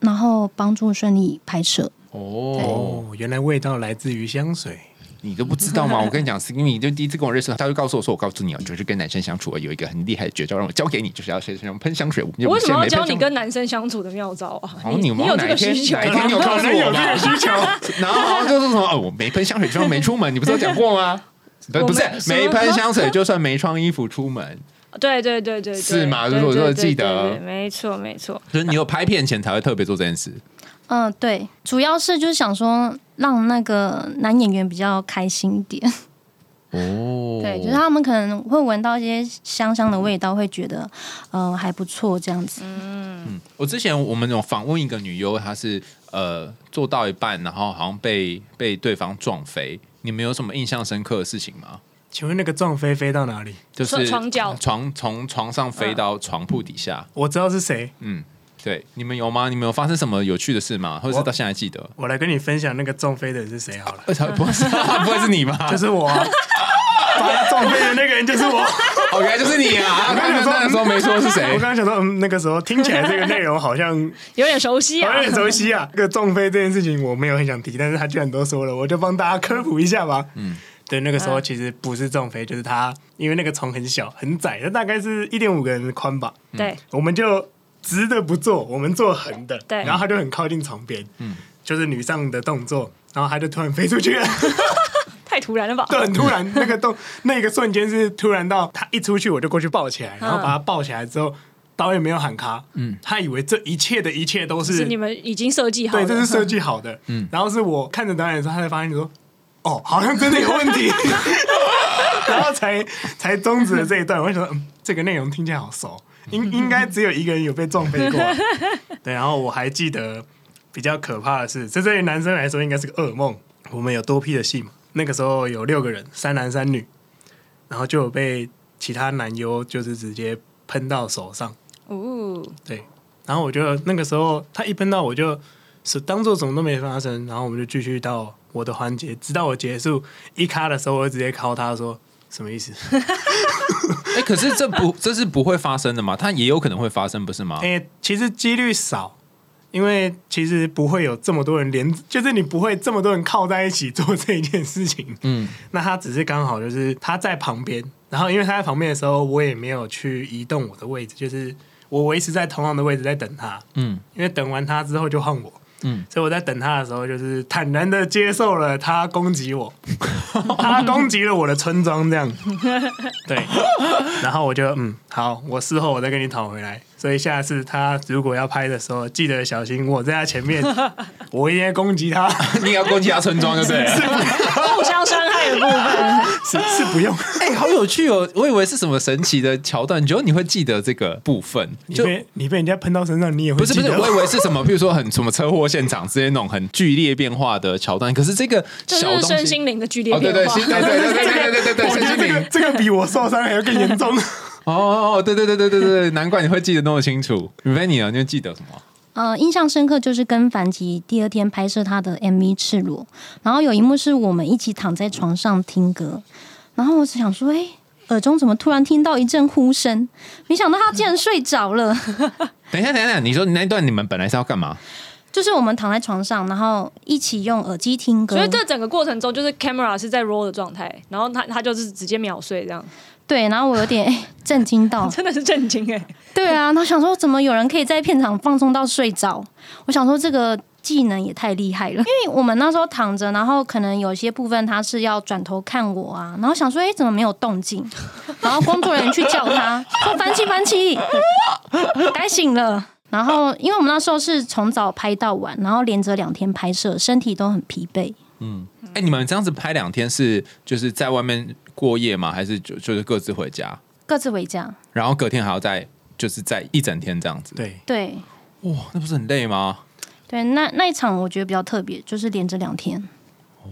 Speaker 1: 然后帮助顺利拍摄。
Speaker 2: 哦，
Speaker 4: 哦，原来味道来自于香水。
Speaker 2: 你都不知道吗？我跟你讲，Skinny 就第一次跟我认识，他就告诉我说：“我告诉你啊，就是跟男生相处啊，有一个很厉害的绝招，让我教给你，就是要身上喷香水。”
Speaker 3: 我为什么要教你
Speaker 2: 跟？
Speaker 3: 跟男生相处的妙招啊？
Speaker 2: 哦，你有没
Speaker 3: 有这
Speaker 2: 哪一
Speaker 3: 个
Speaker 2: 天
Speaker 3: 需求
Speaker 2: 哪一天你有
Speaker 3: 吗？
Speaker 2: 告
Speaker 4: 可
Speaker 2: 诉
Speaker 4: 能
Speaker 2: 我
Speaker 4: 有这
Speaker 2: 吧
Speaker 4: 个需求，
Speaker 2: 然后好像就是什么哦，我没喷香水就算没出门，你不是有讲过吗？不
Speaker 3: 我
Speaker 2: 不是没
Speaker 3: 没
Speaker 2: 喷香水就算没穿衣服出门，
Speaker 3: 对对对对，对
Speaker 2: 是吗
Speaker 3: 对
Speaker 2: 如果
Speaker 3: 对
Speaker 2: 说
Speaker 3: 对
Speaker 2: 记
Speaker 3: 对
Speaker 2: 得
Speaker 3: 对没错没错。
Speaker 2: 就是你有拍片前才会特别做这件事。
Speaker 1: 嗯、对，主要是就是想说让那个男演员比较开心一点。
Speaker 2: 哦
Speaker 1: [LAUGHS] 对，就是他们可能会闻到一些香香的味道，会觉得呃还不错这样子。
Speaker 2: 我之前我们有访问一个女优，她是呃做到一半，然后好像被被对方撞飞。你们有什么印象深刻的事情吗？
Speaker 4: 请问那个撞飞飞到哪里？
Speaker 2: 就是
Speaker 3: 床角
Speaker 2: 床从床上飞到床铺底下。
Speaker 4: 我知道是谁，
Speaker 2: 嗯，对，你们有吗？你们有发生什么有趣的事吗？或者是到现在还记得？
Speaker 4: 我来跟你分享那个撞飞的人是谁好了，
Speaker 2: 呃， [LAUGHS] 不是，不会是你吧？
Speaker 4: [LAUGHS] 就是我啊、把他撞飞的那个人就是我。
Speaker 2: 哦，原来就是你啊！刚才那时候没说是
Speaker 4: 我
Speaker 2: 谁
Speaker 4: 刚，刚想到，嗯，那个时候听起来这个内容好像
Speaker 3: 有点熟悉啊
Speaker 4: 有。点熟悉啊。这个撞飞这件事情我没有很想提，但是他居然都说了，我就帮大家科普一下吧。嗯，对，那个时候其实不是撞飞，就是他，因为那个床很小很窄，它大概是一点五个人的宽吧。
Speaker 3: 对，
Speaker 4: 我们就直的不做，我们做横的。
Speaker 3: 对
Speaker 4: 然后他就很靠近床边，嗯，就是女上的动作，然后他就突然飞出去了，
Speaker 3: 太突然了吧？
Speaker 4: 对，很突然，那个动那个瞬间是突然到他一出去我就过去抱起来，然后把他抱起来之后，导演没有喊卡，嗯，他以为这一切的一切都
Speaker 3: 是
Speaker 4: 是
Speaker 3: 你们已经设计好
Speaker 4: 对，
Speaker 3: 了，
Speaker 4: 这是设计好的，嗯，然后是我看着导演的时候，他才发现说，哦，好像真的有问题。然后才才终止了这一段，我就想说，嗯，这个内容听起来好熟，应应该只有一个人有被撞飞过。对，然后我还记得比较可怕的是，这对于男生来说应该是个噩梦。我们有多批的戏嘛，那个时候有六个人，三男三女，然后就有被其他男优就是直接喷到手上。
Speaker 3: 哦，
Speaker 4: 对，然后我就那个时候他一喷到我就是当做什么都没发生，然后我们就继续到我的环节，直到我结束一卡的时候，我就直接敲他说什么意思？
Speaker 2: 哎、可是这不，这是不会发生的嘛？它也有可能会发生，不是吗？
Speaker 4: 哎、其实几率少。因为其实不会有这么多人连，就是你不会这么多人靠在一起做这一件事情。
Speaker 2: 嗯，
Speaker 4: 那他只是刚好就是他在旁边，然后因为他在旁边的时候，我也没有去移动我的位置，就是我维持在同样的位置在等他。
Speaker 2: 嗯
Speaker 4: 因为等完他之后就换我，
Speaker 2: 嗯，
Speaker 4: 所以我在等他的时候，就是坦然的接受了他攻击
Speaker 2: [LAUGHS]
Speaker 4: 我，他攻击了我的村庄，这样，对，然后我就嗯，好，我事后我再跟你讨回来，所以下次他如果要拍的时候，记得小心我在他前
Speaker 2: [LAUGHS]
Speaker 4: 面，我一定会攻击他，
Speaker 2: [LAUGHS] 你也要攻击他村庄，对不对？
Speaker 3: 互相伤害的部分，
Speaker 4: 是是不用，
Speaker 2: 哎、好有趣哦！我以为是什么神奇的桥段，结果你会记得这个部分，
Speaker 4: 你
Speaker 2: 就。
Speaker 4: 被你被人家喷到身上，你也会
Speaker 2: 不是不
Speaker 4: 记
Speaker 2: 是，
Speaker 4: 得 [LAUGHS]
Speaker 2: 我以为是什么，比如说很什么车祸现场之类那种很剧烈变化的桥段，可是这个
Speaker 3: 这
Speaker 2: 小
Speaker 3: 是
Speaker 2: 东
Speaker 3: 身
Speaker 2: 西，
Speaker 3: 心灵的剧烈
Speaker 2: 哦对
Speaker 3: 变
Speaker 2: 对，
Speaker 3: 化
Speaker 2: 心。对对对对对对对对，
Speaker 4: 我觉得这
Speaker 2: 身心
Speaker 4: 个
Speaker 2: 灵，
Speaker 4: 这个比我受伤还要更严
Speaker 2: [LAUGHS]
Speaker 4: 重。
Speaker 2: 哦哦哦，对对对对对对，难怪你会记得那么清楚。Vanny 呢，你会记得什么？
Speaker 1: 呃，印象深刻就是跟凡吉第二天拍摄他的 MV《赤裸》，然后有一幕是我们一起躺在床上听歌，然后我只想说，哎、耳中怎么突然听到一阵呼声？没想到他竟然睡着了。 [LAUGHS]
Speaker 2: 等一下，等一下，你说那一段你们本来是要干嘛？
Speaker 1: 就是我们躺在床上，然后一起用耳机听歌，
Speaker 3: 所以这整个过程中，就是 camera 是在 roll 的状态，然后他他就是直接秒睡，这样
Speaker 1: 对，然后我有点、哎震
Speaker 3: [LAUGHS]
Speaker 1: 惊到，
Speaker 3: 真的是震惊哎、
Speaker 1: 对啊，然后想说怎么有人可以在片场放松到睡着？我想说这个技能也太厉害了，因为我们那时候躺着，然后可能有些部分他是要转头看我啊，然后想说哎怎么没有动静？然后工作人员去叫他说翻起翻起，该醒了。然后因为我们那时候是从早拍到晚，然后连着两天拍摄，身体都很疲惫。
Speaker 3: 嗯
Speaker 2: 哎、你们这样子拍两天是就是在外面过夜吗？还是就就是各自回家，
Speaker 1: 各自回家，
Speaker 2: 然后隔天还要再就是在一整天这样子？
Speaker 4: 对，
Speaker 1: 对
Speaker 2: 哇，那不是很累吗？
Speaker 1: 对，那那一场我觉得比较特别，就是连着两天。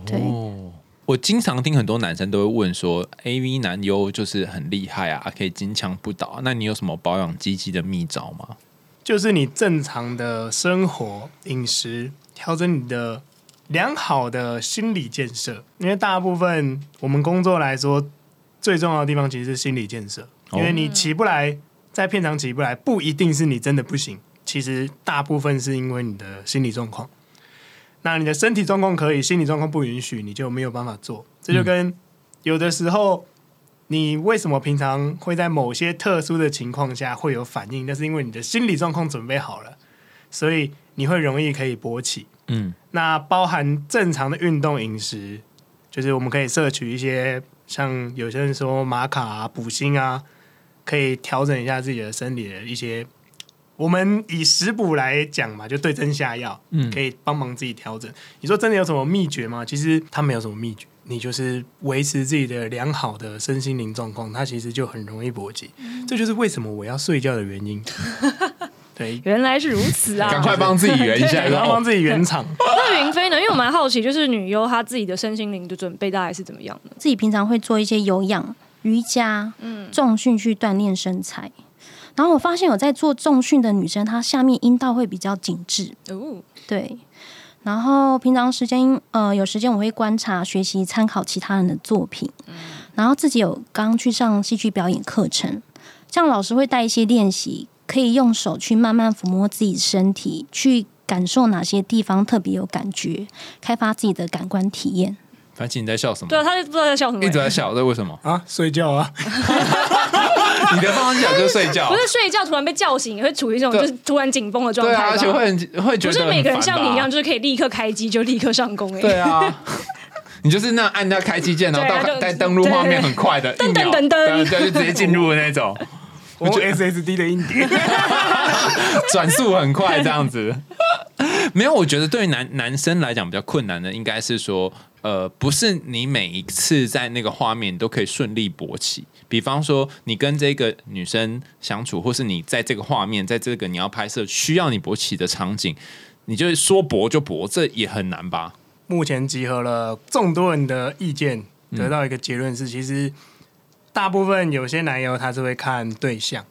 Speaker 1: 对，
Speaker 2: 哦，我经常听很多男生都会问说，A V 男优就是很厉害啊，可以金枪不倒啊。那你有什么保养鸡鸡的秘招吗？
Speaker 4: 就是你正常的生活、饮食，调整你的良好的心理建设。因为大部分我们工作来说，最重要的地方其实是心理建设，因
Speaker 2: 哦
Speaker 4: 为你起不来，在片场起不来，不一定是你真的不行，其实大部分是因为你的心理状况。那你的身体状况可以，心理状况不允许，你就没有办法做。这就跟有的时候，你为什么平常会在某些特殊的情况下会有反应，那是因为你的心理状况准备好了，所以你会容易可以勃起。
Speaker 2: 嗯，
Speaker 4: 那包含正常的运动饮食，就是我们可以摄取一些像有些人说玛卡啊、补锌啊，可以调整一下自己的身体的一些。我们以食补来讲嘛，就对症下药，
Speaker 2: 嗯
Speaker 4: 可以帮忙自己调整。你说真的有什么秘诀吗？其实它没有什么秘诀，你就是维持自己的良好的身心灵状况，它其实就很容易勃起。这就是为什么我要睡觉的原因。对，
Speaker 3: 原来是如此啊！
Speaker 2: 赶快帮自己圆一
Speaker 3: [LAUGHS]
Speaker 2: 下，
Speaker 4: 然
Speaker 2: 然
Speaker 4: 后
Speaker 2: 后
Speaker 4: 帮自己圆场。
Speaker 3: 那云飞呢？因为我蛮好奇，就是女优她自己的身心灵的准备大概是怎么样的？
Speaker 1: 自己平常会做一些有氧、瑜伽、重训去锻炼身材。然后我发现有在做重训的女生，她下面阴道会比较紧致，
Speaker 3: 哦，
Speaker 1: 对。然后平常时间，呃，有时间我会观察、学习、参考其他人的作品，然后自己有刚去上戏剧表演课程，这样老师会带一些练习，可以用手去慢慢抚摸自己身体，去感受哪些地方特别有感觉，开发自己的感官体验。
Speaker 2: 反正你在笑什么
Speaker 3: 对？啊，她就不知道在笑什么、
Speaker 2: 一直在笑，这为什么？
Speaker 4: 啊，睡觉啊，
Speaker 2: 你的方向就是睡觉
Speaker 3: 啊不，是睡一觉突然被叫醒，也会处于一种
Speaker 2: 对
Speaker 3: 就是突然紧绷的状
Speaker 2: 对
Speaker 3: 态吧。
Speaker 2: 啊，而且会很会觉
Speaker 3: 不
Speaker 2: 得
Speaker 3: 是每个人像你一样，
Speaker 2: 很烦吧，
Speaker 3: 就是可以立刻开机就立刻上工哎、
Speaker 2: 对啊。你就是那按到开机键，然后
Speaker 3: 对啊
Speaker 2: 到
Speaker 3: 就
Speaker 2: 再登录画面很快的，
Speaker 3: 对
Speaker 2: 一秒
Speaker 3: 噔噔噔噔
Speaker 2: 对，就直接进入的那种，
Speaker 4: 我用 SSD 的硬碟。
Speaker 2: 转速很快这样子。 [LAUGHS] 没有，我觉得对于男男生来讲比较困难的，应该是说，呃，不是你每一次在那个画面都可以顺利勃起。比方说，你跟这个女生相处，或是你在这个画面，在这个你要拍摄需要你勃起的场景，你就是说勃就勃，这也很难吧？
Speaker 4: 目前集合了众多人的意见，得到一个结论是，其实大部分有些男优他是会看对象，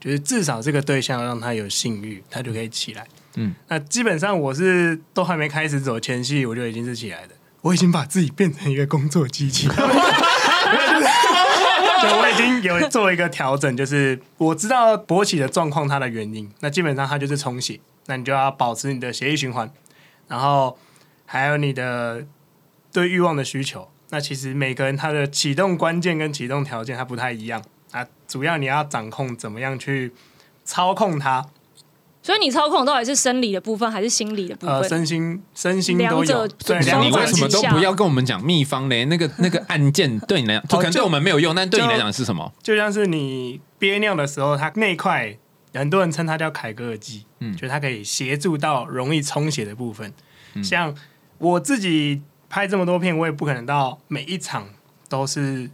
Speaker 4: 就是至少这个对象让他有性欲，他就可以起来。
Speaker 2: 嗯，
Speaker 4: 那基本上我是都还没开始走前戏，我就已经是起来的。我已经把自己变成一个工作机器， [LAUGHS] 就我已经有做一个调整，就是我知道勃起的状况它的原因，那基本上它就是充血，那你就要保持你的血液循环，然后还有你的对欲望的需求。那其实每个人他的启动关键跟启动条件它不太一样啊，主要你要掌控怎么样去操控它，
Speaker 3: 所以你操控到底是生理的部分还是心理的部分？
Speaker 4: 呃，身心身心都有
Speaker 3: 两者，
Speaker 4: 对，
Speaker 3: 两
Speaker 2: 你
Speaker 4: 两
Speaker 3: 种
Speaker 2: 为
Speaker 4: 者
Speaker 2: 什么
Speaker 3: 之
Speaker 2: 都
Speaker 3: 下
Speaker 2: 不要跟我们讲秘方嘞？那个那个按键对你来讲，就可能对我们没有用，但对你来讲是什么？
Speaker 4: 哦就像是你憋尿的时候，它那一块很多人称它叫凯格尔肌，
Speaker 2: 嗯
Speaker 4: 就它可以协助到容易充血的部分。像我自己拍这么多片，我也不可能到每一场都是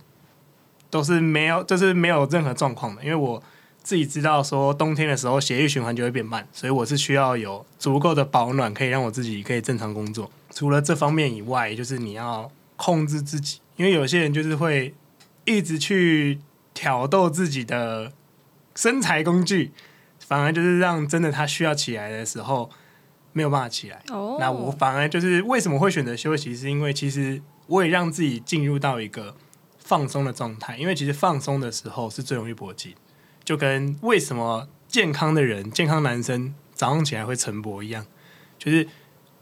Speaker 4: 都是没有，就是没有任何状况的，因为我自己知道说冬天的时候血液循环就会变慢，所以我是需要有足够的保暖，可以让我自己可以正常工作。除了这方面以外，就是你要控制自己，因为有些人就是会一直去挑逗自己的身材工具，反而就是让真的他需要起来的时候没有办法起来。
Speaker 3: 哦
Speaker 4: 那我反而就是为什么会选择休息，是因为其实我也让自己进入到一个放松的状态，因为其实放松的时候是最容易勃起，就跟为什么健康的人、健康男生早上起来会晨勃一样，就是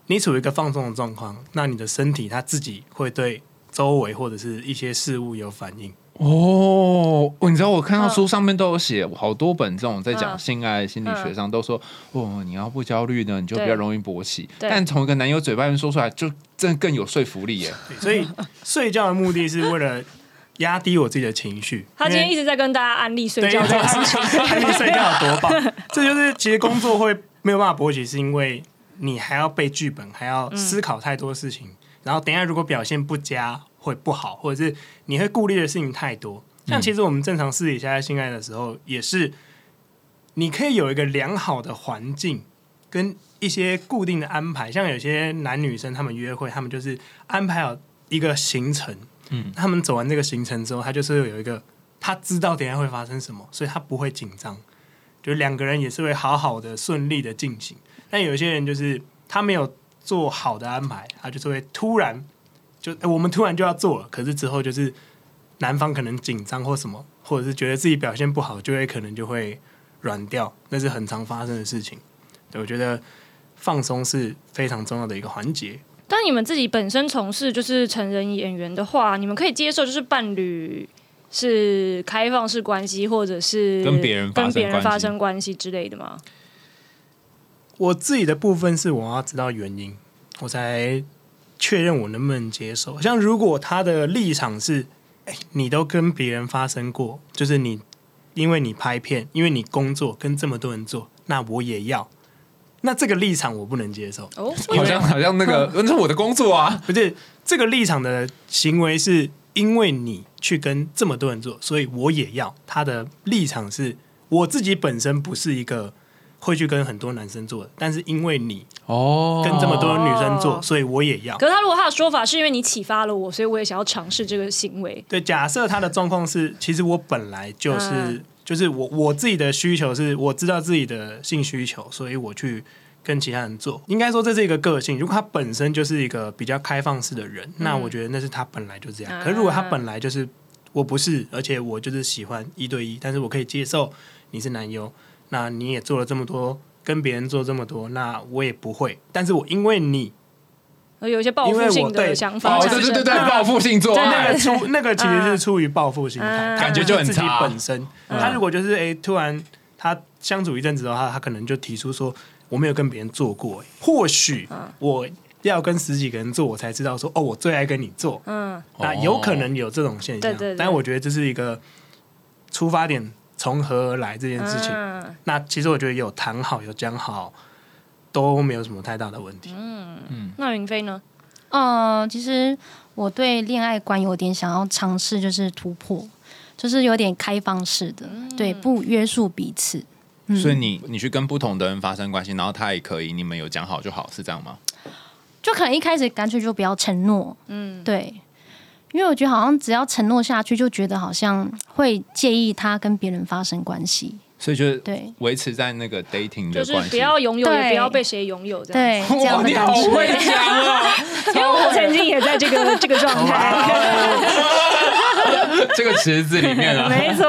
Speaker 4: 你处于一个放松的状况，那你的身体它自己会对周围或者是一些事物有反应。
Speaker 2: 哦，你知道我看到
Speaker 3: 嗯
Speaker 2: 书上面都有写好多本这种在讲
Speaker 3: 嗯
Speaker 2: 性爱心理学上都说，哦，你要不焦虑呢，你就比
Speaker 3: 对
Speaker 2: 较容易勃起。
Speaker 3: 对
Speaker 2: 但从一个男友嘴巴里面说出来，就真的更有说服力耶。
Speaker 4: 对所以睡觉的目的是为了压低我自己的情绪。
Speaker 3: [LAUGHS] 他今
Speaker 4: 因为
Speaker 3: 天一直在跟大家安利睡
Speaker 4: 对，
Speaker 3: 觉
Speaker 4: 要
Speaker 3: 这
Speaker 4: 在
Speaker 3: 件事
Speaker 4: 安
Speaker 3: 情。
Speaker 4: 安利睡觉有多
Speaker 3: [LAUGHS]
Speaker 4: 棒！这就是其实工作会没有办法勃起，是因为你还要背剧本，还要思考太多事情。然后等一下如果表现不佳会不好，或者是你会顾虑的事情太多。
Speaker 3: 嗯
Speaker 4: 像其实我们正常私底下在性爱的时候，也是你可以有一个良好的环境跟一些固定的安排。像有些男女生他们约会，他们就是安排好一个行程。嗯，他们走完这个行程之后，他就是会有一个他知道等一下会发生什么，所以他不会紧张。就两个人也是会好好的、顺利的进行。但有些人就是他没有做哎好的安排，他就是会突然就、诶我们突然就要做了，可是之后就是男方可能紧张或什么，或者是觉得自己表现不好，就会可能就会软掉，那是很常发生的事情。对我觉得放松是非常重要的一个环节。
Speaker 3: 但你们自己本身从事就是成人演员的话，你们可以接受就是伴侣是开放式关系，或者是
Speaker 2: 跟别人发生
Speaker 3: 跟别人发
Speaker 2: 关系
Speaker 3: 生关系之类的吗？
Speaker 4: 我自己的部分是我要知道原因，我才确认我能不能接受。像如果他的立场是，哎、你都跟别人发生过，就是你因为你拍片，因为你工作跟这么多人做，那我也要。那这个立场我不能接受，
Speaker 3: 哦，
Speaker 2: 好像好像那个
Speaker 3: 嗯
Speaker 2: 那是我的工作啊，
Speaker 4: 不是这个立场的行为是因为你去跟这么多人做，所以我也要。他的立场是我自己本身不是一个会去跟很多男生做的，但是因为你
Speaker 2: 哦
Speaker 4: [LAUGHS] 跟这么多女生做，
Speaker 3: 哦
Speaker 4: 所以我也要。
Speaker 3: 可是他如果他的说法是因为你启发了我，所以我也想要尝试这个行为。
Speaker 4: 对，假设他的状况是，其实我本来就是，
Speaker 3: 嗯
Speaker 4: 就是我我自己的需求是，我知道自己的性需求，所以我去跟其他人做。应该说这是一个个性。如果他本身就是一个比较开放式的人，那我觉得那是他本来就这样。
Speaker 3: 嗯啊
Speaker 4: 可是如果他本来就是我不是，而且我就是喜欢一对一，但是我可以接受你是男优，那你也做了这么多，跟别人做这么多，那我也不会。但是我因为你
Speaker 3: 而有一些报
Speaker 4: 因
Speaker 3: 复
Speaker 4: 为我
Speaker 3: 性的
Speaker 4: 对
Speaker 3: 想法
Speaker 2: 哦，
Speaker 3: 产
Speaker 2: 对
Speaker 3: 生，
Speaker 2: 对对对，报复性做
Speaker 3: 对
Speaker 2: 爱
Speaker 4: 那个出 [LAUGHS] 那个其实是出于报复心态，
Speaker 3: 嗯
Speaker 4: 他
Speaker 2: 感觉就很
Speaker 4: 自己
Speaker 2: 差
Speaker 4: 本身，
Speaker 2: 嗯
Speaker 4: 他如果就是哎、突然他相处一阵子的话，他可能就提出说我没有跟别人做过、哎或许
Speaker 3: 嗯
Speaker 4: 我要跟十几个人做，我才知道说哦，我最爱跟你做。
Speaker 3: 嗯，
Speaker 4: 那有可能有这种现象，
Speaker 3: 对对对
Speaker 4: 但我觉得这是一个出发点从何而来这件事情。
Speaker 3: 嗯
Speaker 4: 那其实我觉得有谈好有讲好都没有什么太大的问题。
Speaker 3: 那云飞呢？
Speaker 1: 呃，其实我对恋爱观有点想要尝试，就是突破，就是有点开放式的，对，不约束彼此。
Speaker 2: 所以你你去跟不同的人发生关系，然后他也可以，你们有讲好就好，是这样吗？
Speaker 1: 就可能一开始干脆就不要承诺，嗯，对，因为我觉得好像只要承诺下去，就觉得好像会介意他跟别人发生关系，
Speaker 2: 所以就是
Speaker 1: 对
Speaker 2: 维持在那个 dating
Speaker 3: 就
Speaker 2: 的
Speaker 3: 是
Speaker 2: 关系，
Speaker 3: 不要拥有，也
Speaker 1: 对
Speaker 3: 不要被谁拥有，这样。
Speaker 2: [LAUGHS]
Speaker 1: 对，这样的感觉。
Speaker 2: 讲啊！
Speaker 3: [LAUGHS] 因为我曾经也在这个这个
Speaker 2: [LAUGHS]
Speaker 3: 状
Speaker 2: 哦
Speaker 3: 态，
Speaker 2: 这个池子里面啊，
Speaker 3: 没错，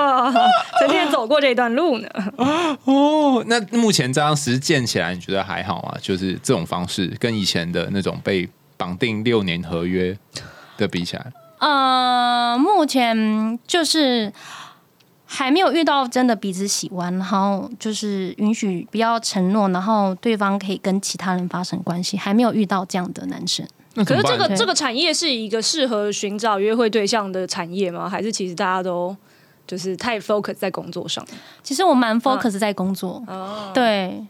Speaker 3: 曾经也走过这段路呢。
Speaker 2: 哦，那目前这样实践起来，你觉得还好吗？就是这种方式跟以前的那种被绑定六年合约的比起来，
Speaker 1: 呃，目前就是还没有遇到真的彼此喜欢，然后就是允许不要承诺，然后对方可以跟其他人发生关系，还没有遇到这样的男生。
Speaker 2: [LAUGHS] 那
Speaker 3: 可
Speaker 2: 怎
Speaker 3: 是
Speaker 2: 么
Speaker 3: 这
Speaker 2: 办
Speaker 3: 个
Speaker 1: 对
Speaker 3: 这个产业是一个适合寻找约会对象的产业吗？还是其实大家都就是太 focus 在工作上？
Speaker 1: 其实我蛮 focus 在工作，对。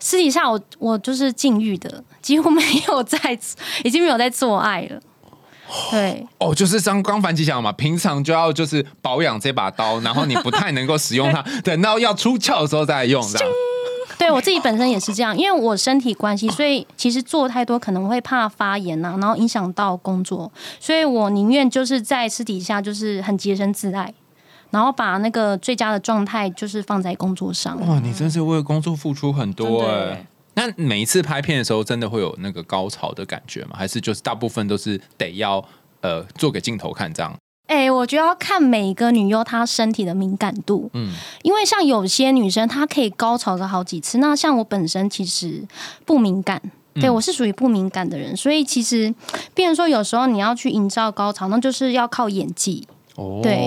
Speaker 1: 私底下我我就是禁欲的，几乎没有在，已经没有在做爱了。对，
Speaker 2: 哦，就是像刚凡奇讲的嘛，平常就要就是保养这把刀，然后你不太能够使
Speaker 3: [LAUGHS]
Speaker 2: 用它，等到要出鞘的时候再来用，这样。
Speaker 1: 对我自己本身也是这样，因为我身体关系，所以其实做太多可能会怕发炎呐、然后影响到工作，所以我宁愿就是在私底下就是很洁身自爱，然后把那个最佳的状态就是放在工作上。
Speaker 2: 哇，你真是为工作付出很多
Speaker 3: 真
Speaker 2: 哎、
Speaker 3: 的耶
Speaker 2: 那每一次拍片的时候，真的会有那个高潮的感觉吗？还是就是大部分都是得要呃做给镜头看这样？
Speaker 1: 哎、我觉得要看每一个女优她身体的敏感度，
Speaker 2: 嗯，
Speaker 1: 因为像有些女生她可以高潮个好几次，那像我本身其实不敏感。对，
Speaker 2: 嗯
Speaker 1: 我是属于不敏感的人，所以其实，变成说有时候你要去营造高潮，那就是要靠演技。
Speaker 2: 哦
Speaker 1: 对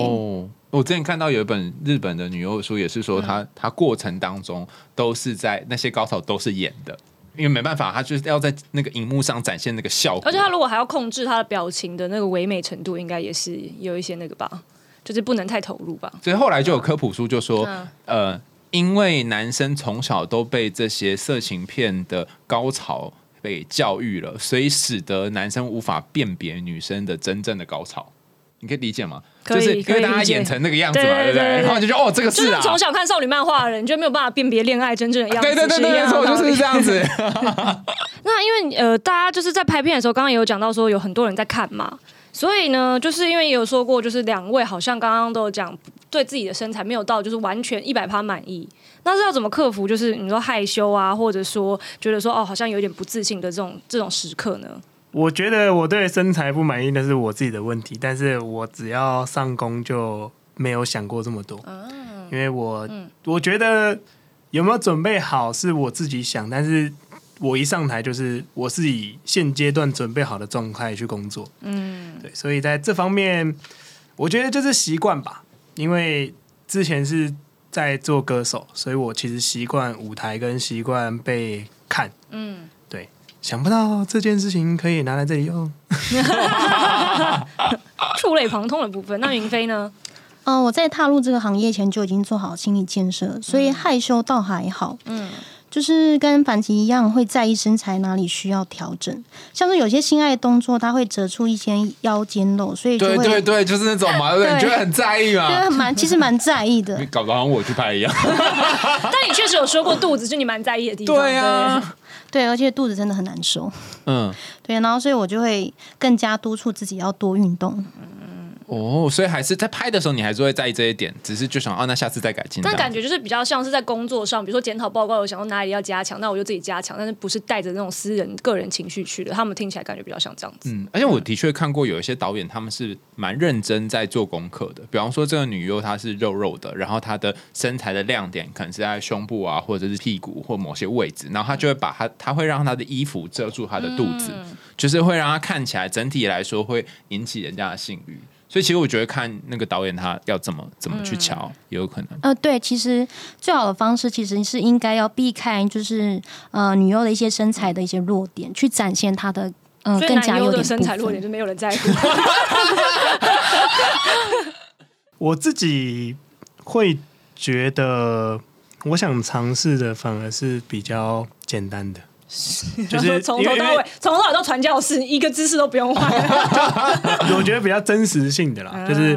Speaker 2: 我之前看到有一本日本的女优书，也是
Speaker 3: 嗯
Speaker 2: 说她她过程当中都是在那些高潮都是演的，因为没办法，她就是要在那个荧幕上展现那个效果。
Speaker 3: 而且他如果还要控制他的表情的那个唯美程度，应该也是有一些那个吧，就是不能太投入吧。
Speaker 2: 所以后来就有科普书就说，
Speaker 3: 嗯
Speaker 2: 呃，因为男生从小都被这些色情片的高潮被教育了，所以使得男生无法辨别女生的真正的高潮。你可以理解吗？
Speaker 3: 可以
Speaker 2: 就是因
Speaker 3: 可以
Speaker 2: 为大家
Speaker 3: 理解
Speaker 2: 演成那个样子嘛，对
Speaker 3: 对对
Speaker 2: 不
Speaker 3: 对对
Speaker 2: 然后你就觉得哦，这个
Speaker 3: 就是
Speaker 2: 啊
Speaker 3: 是，从小看少女漫画的人，你就没有办法辨别恋爱真正的样子。
Speaker 2: 对对对
Speaker 3: 是一
Speaker 2: 对，没
Speaker 3: 样的
Speaker 2: 错，
Speaker 3: 道
Speaker 2: 就
Speaker 3: 理
Speaker 2: 是这样子。
Speaker 3: 那因为呃，大家就是在拍片的时候，刚刚也有讲到说有很多人在看嘛，所以呢，就是因为也有说过，就是两位好像刚刚都有讲对自己的身材没有到就是完全一百趴满意，那是要怎么克服？就是你说害羞啊，或者说觉得说哦，好像有点不自信的这种这种时刻呢？
Speaker 4: 我觉得我对身材不满意那是我自己的问题，但是我只要上工就没有想过这么多，
Speaker 3: 啊
Speaker 4: 因为我、
Speaker 3: 嗯
Speaker 4: 我觉得有没有准备好是我自己想，但是我一上台就是我是以现阶段准备好的状态去工作，
Speaker 3: 嗯，
Speaker 4: 对，所以在这方面，我觉得就是习惯吧，因为之前是在做歌手，所以我其实习惯舞台跟习惯被看，
Speaker 3: 嗯，
Speaker 4: 对，想不到这件事情可以拿来这里用，
Speaker 3: 触类旁通的部分。那云飞呢？
Speaker 1: 嗯、我在踏入这个行业前就已经做好心理建设，所以害羞倒还好。嗯，就是跟反击一样，会在意身材哪里需要调整。像是有些性爱动作，它会折出一些腰间肉，所以就会
Speaker 2: 对对对，就是那种嘛，对不对？
Speaker 1: 对
Speaker 2: 你觉得很在意
Speaker 1: [LAUGHS] 对 [LAUGHS]
Speaker 2: 嘛？
Speaker 1: 蛮其实蛮在意的
Speaker 2: 你。搞得好像我去拍一样。
Speaker 3: 但你确实有说过肚子是你蛮在意的地方。
Speaker 2: 对啊，
Speaker 1: 对，而且肚子真的很难受。
Speaker 2: 嗯，
Speaker 1: 对，然后所以我就会更加督促自己要多运动。
Speaker 2: 哦，所以还是在拍的时候，你还是会在意这一点，只是就想哦，那下次再改进。
Speaker 3: 但感
Speaker 2: 觉
Speaker 3: 觉就是比较像是在工作上，比如说检讨报告，有想到哪里要加强，那我就自己加强，但是不是带着那种私人个人情绪去的。他们听起来感觉比较像这样子。
Speaker 2: 嗯，而且我的确看过有一些导演，他们是蛮认真在做功课的。比方说，这个女优她是肉肉的，然后她的身材的亮点可能是在胸部啊，或者是屁股或某些位置，然后她就会把她，她会让她的衣服遮住她的肚子，就是会让她看起来整体来说会引起人家的性欲。所以其实我觉得看那个导演他要怎么怎么去瞧，也有可能。
Speaker 1: 呃，对，其实最好的方式其实是应该要避开，就是呃女优的一些身材的一些弱点，去展现她的呃
Speaker 3: 所以
Speaker 1: 更加
Speaker 3: 男优
Speaker 1: 优
Speaker 3: 的
Speaker 1: 点
Speaker 3: 身
Speaker 1: 部
Speaker 3: 材弱
Speaker 1: 分
Speaker 3: 点就没有人
Speaker 1: [LAUGHS]
Speaker 3: 在乎。
Speaker 4: 我自己会觉得，我想尝试的反而是比较简单的，就
Speaker 3: 然后
Speaker 4: 是
Speaker 3: 从
Speaker 4: 因为
Speaker 3: 头到尾，从头到尾到传教士，一个姿势都不用
Speaker 1: [LAUGHS]
Speaker 3: 换。
Speaker 4: 我觉得比较真实性的啦，就是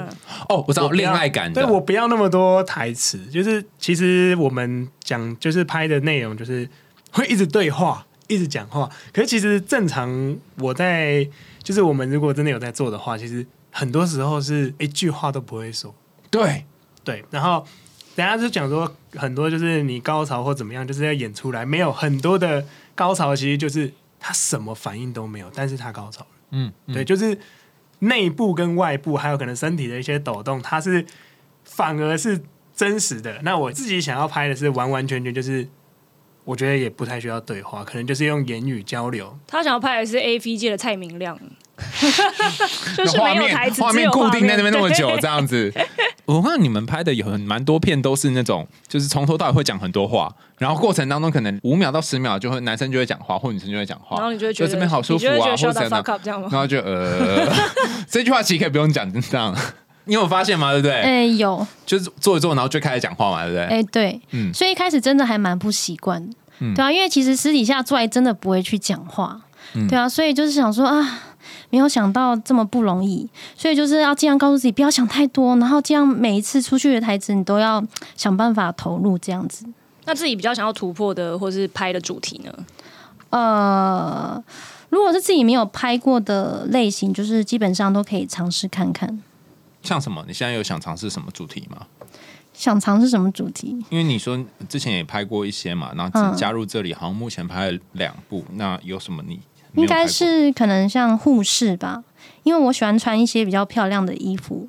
Speaker 2: 哦，我知道
Speaker 4: 不
Speaker 2: 恋
Speaker 4: 要
Speaker 2: 爱感的，
Speaker 4: 对我不要那么多台词，就是其实我们讲就是拍的内容，就是会一直对话，一直讲话。可是其实正常我在就是我们如果真的有在做的话，其实很多时候是一句话都不会说。
Speaker 2: 对
Speaker 4: 对，然后人家就讲说很多就是你高潮或怎么样，就是要演出来，没有很多的高潮，其实就是他什么反应都没有，但是他高潮了。
Speaker 2: 嗯，嗯
Speaker 4: 对，就是内部跟外部，还有可能身体的一些抖动，它是反而是真实的。那我自己想要拍的是完完全全就是，我觉得也不太需要对话，可能就是用言语交流。
Speaker 3: 他想要拍的是 A V 界的蔡明
Speaker 2: [LAUGHS]
Speaker 3: 亮，就
Speaker 2: 那
Speaker 3: 是
Speaker 2: 画
Speaker 3: 没有
Speaker 2: 面
Speaker 3: 台词，
Speaker 2: 画
Speaker 3: 只
Speaker 2: 面
Speaker 3: 有
Speaker 2: 固定在那边那么
Speaker 3: 对
Speaker 2: 久，这样子。我看你们拍的有很蛮多片都是那种，就是从头到尾会讲很多话，然后过程当中可能五秒到十秒就会男生就会讲话，或女生就会讲话，
Speaker 3: 然后你就会觉得
Speaker 2: 这边好舒服
Speaker 3: 你就
Speaker 2: 啊，
Speaker 3: 会
Speaker 2: 或
Speaker 3: 觉
Speaker 2: 者怎
Speaker 3: 得 shut the
Speaker 2: 样
Speaker 3: fuck，up 这样吗
Speaker 2: 然？后就呃， [LAUGHS] 这句话其实可以不用讲，这样。你有发现吗？对不对？
Speaker 1: 哎、有
Speaker 2: 就是做一做，然后就开始讲话嘛，对不对？
Speaker 1: 哎、对，
Speaker 2: 嗯
Speaker 1: 所以一开始真的还蛮不习惯的，对啊，因为其实私底下做来真的不会去讲话，对啊，所以就是想说啊，没有想到这么不容易，所以就是要尽量告诉自己不要想太多，然后这样每一次出去的台词你都要想办法投入这样子。
Speaker 3: [LAUGHS] 那自己比较想要突破的，或是拍的主题呢？
Speaker 1: 呃，如果是自己没有拍过的类型，就是基本上都可以尝试看看。
Speaker 2: 像什么？你现在有想尝试什么主题吗？
Speaker 1: 想尝试什么主题？
Speaker 2: 因为你说之前也拍过一些嘛，然
Speaker 1: 嗯
Speaker 2: 后只加入这里，好像目前拍了两部。那有什么你没有拍过
Speaker 1: 应该是可能像护士吧，因为我喜欢穿一些比较漂亮的衣服，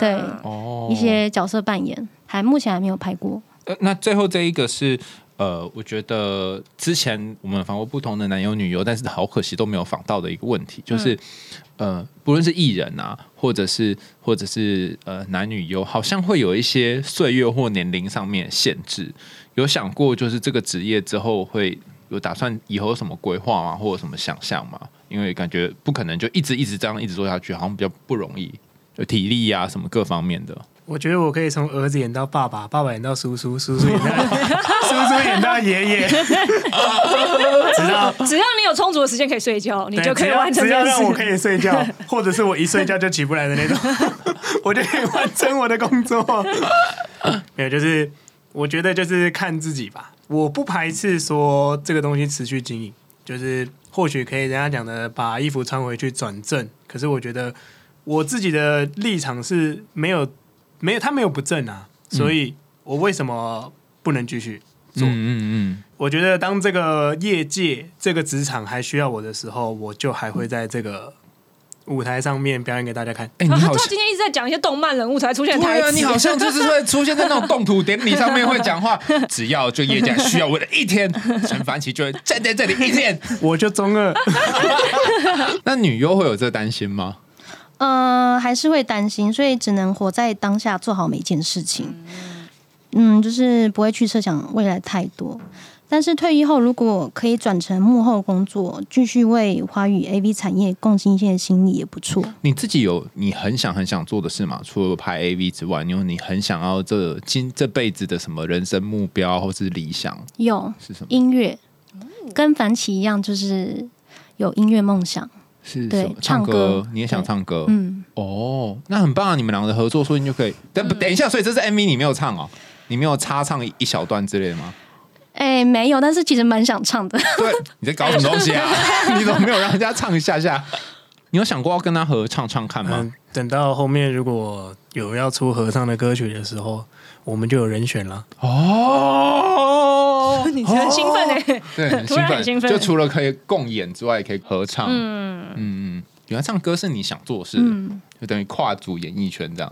Speaker 1: 对，
Speaker 2: 哦
Speaker 1: 一些角色扮演，还目前还没有拍过。
Speaker 2: 呃，那最后这一个是呃，我觉得之前我们访过不同的男优女优，但是好可惜都没有访到的一个问题，就是、
Speaker 3: 嗯
Speaker 2: 呃，不论是艺人啊，或者是或者是呃男女优，好像会有一些岁月或年龄上面的限制。有想过就是这个职业之后会有打算以后有什么规划吗，或者什么想象吗？因为感觉不可能就一直一直这样一直做下去，好像比较不容易，就体力啊什么各方面的。
Speaker 4: 我觉得我可以从儿子演到爸爸，爸爸演到叔叔，叔叔演到 [LAUGHS] 叔叔演到爷爷，直到
Speaker 3: 只要你有充足的时间可以睡觉，你
Speaker 4: 对
Speaker 3: 就可以完成
Speaker 4: 只
Speaker 3: 这
Speaker 4: 要只
Speaker 3: 件
Speaker 4: 要让我可
Speaker 3: 事。
Speaker 4: 以睡觉，或者是我一睡觉就起不来的那种， [LAUGHS] 我就可以完成我的工作。没有，就是我觉得就是看自己吧。我不排斥说这个东西持续经营，就是或许可以人家讲的把衣服穿回去转正。可是我觉得我自己的立场是没有没有他没有不正啊，所以我为什么不能继续做？
Speaker 2: 嗯嗯嗯。
Speaker 5: 我觉得当这个业界、这个职场还需要我的时候，我就还会在这个舞台上面表演给大家看。 [LAUGHS]
Speaker 2: 哎、
Speaker 3: 然
Speaker 2: 你
Speaker 3: 后
Speaker 2: 好
Speaker 3: 啊他
Speaker 2: 像
Speaker 3: 今天一直在讲一些动漫人物才
Speaker 2: [LAUGHS]
Speaker 3: 出现的台
Speaker 2: 对啊，
Speaker 3: 词，
Speaker 2: 你好像就是会出现在那种动土典礼上面会讲
Speaker 1: [LAUGHS]
Speaker 2: 话。只要就业界需要我的一天，陈凡奇就会站在这里一
Speaker 1: [LAUGHS]
Speaker 2: 天。
Speaker 5: 我就中二，
Speaker 2: 那女优会有这担心吗？
Speaker 1: 呃，还是会担心，所以只能活在当下，做好每一件事情。嗯，就是不会去设想未来太多。但是退役后，如果可以转成幕后工作，继续为华语 AV 产业贡献一些心力，也不错。
Speaker 2: 你自己有你很想很想做的事吗？除了拍 AV 之外，你有你很想要这今这辈子的什么人生目标或是理想
Speaker 1: 有
Speaker 2: 是什么？
Speaker 1: 音乐，跟凡奇一样，就是有音乐梦想。
Speaker 2: 是
Speaker 1: 对
Speaker 2: 什么？
Speaker 1: 唱
Speaker 2: 歌
Speaker 1: 歌，
Speaker 2: 你也想
Speaker 1: 对
Speaker 2: 唱歌？
Speaker 1: 嗯，
Speaker 2: 哦，那很棒啊！你们两个的合作，说不定就可以。等等一下，所以这是 MV 你没有唱哦，你没有插唱一小段之类的吗？
Speaker 1: 哎、没有，但是其实蛮想唱的。
Speaker 2: [LAUGHS] 对，你在搞什么东西
Speaker 3: [LAUGHS]
Speaker 2: 啊？你怎么没有让人家唱一下下？你有想过要跟他合唱唱看吗？
Speaker 5: 嗯，等到后面如果有要出合唱的歌曲的时候，我们就有人选了。
Speaker 2: 哦，
Speaker 3: 嗯 [LAUGHS] 你很兴奋哎、
Speaker 2: 对，很
Speaker 3: 突
Speaker 2: 兴
Speaker 3: 然
Speaker 2: 奋，
Speaker 3: 很兴奋
Speaker 2: 就除了可以共演之外，也可以合唱。嗯嗯嗯，原来唱歌是你想做的事，
Speaker 3: 嗯
Speaker 2: 就等于跨足演艺圈这样。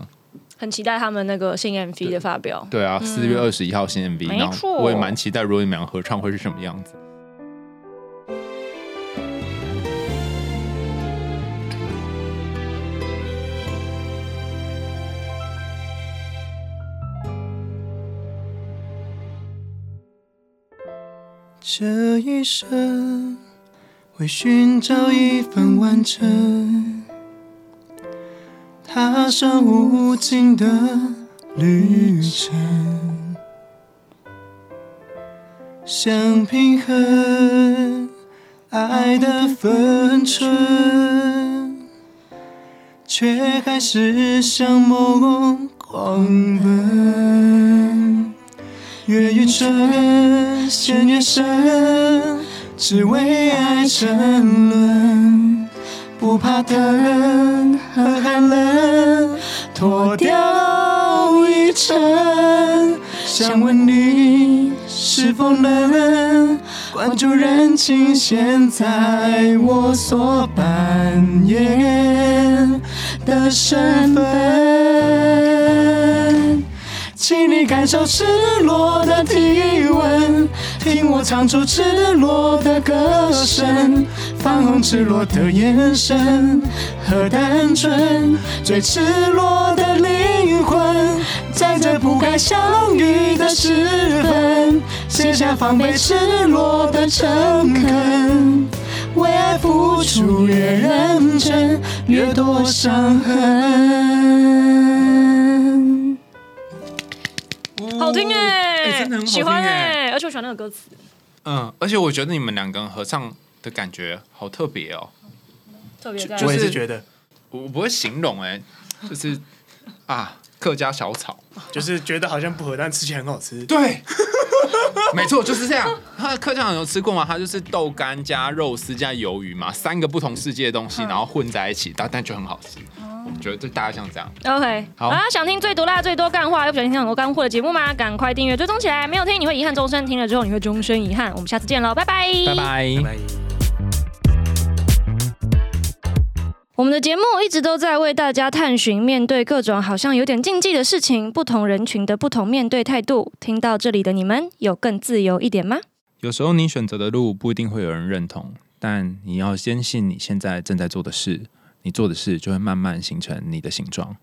Speaker 3: 很期待他们那个新 MV 的发表。
Speaker 2: 对啊，四月二十一号新 MV，、
Speaker 3: 嗯没
Speaker 2: 然后
Speaker 3: 错
Speaker 2: 我也蛮期待如果你们俩合唱会是什么样子。
Speaker 5: 这一生会寻找一份完整，踏上无尽的旅程，想平衡爱的分寸，却还是像梦狂奔。越越真，陷越深，只为爱沉沦。不怕疼和寒冷，脱掉一尘。想问你是否能关注人情，现在我所扮演的身份。请你感受赤裸的体温，听我唱出赤裸的歌声，泛红赤裸的眼神和单纯，最赤裸的灵魂，在这不该相遇的时分，卸下防备，赤裸的诚恳，为爱付出越认真，越多伤痕。
Speaker 3: 好听哎、
Speaker 2: 哎真的很好听
Speaker 3: 喜欢
Speaker 2: 哎
Speaker 3: 哎、而且我喜欢那个歌词，
Speaker 2: 嗯，而且我觉得你们两个人合唱的感觉好特别哦，
Speaker 3: 特别在
Speaker 2: 就
Speaker 5: 我也
Speaker 2: 是
Speaker 5: 是觉得，
Speaker 2: 我我不会形容哎、就是啊，客家小炒，
Speaker 5: 就是觉得好像不合，但吃起来很好吃。
Speaker 2: 对， [LAUGHS] 没错，就是这样。它的客家小炒有吃过吗？它就是豆干加肉丝加鱿鱼嘛，三个不同世界的东西，然后混在一起，但但就很好吃。我觉得这大家像这样，
Speaker 3: [LAUGHS] OK，
Speaker 2: 好
Speaker 3: 啊，想听最毒辣、最多干话，又不想听很多干货的节目吗？赶快订阅追踪起来，没有听你会遗憾终身，听了之后你会终身遗憾。我们下次见喽，拜拜，
Speaker 2: 拜。拜。
Speaker 3: 我们的节目一直都在为大家探寻面对各种好像有点禁忌的事情，不同人群的不同面对态度。听到这里的你们，有更自由一点吗？
Speaker 2: 有时候你选择的路不一定会有人认同，但你要坚信你现在正在做的事，你做的事就会慢慢形成你的形状。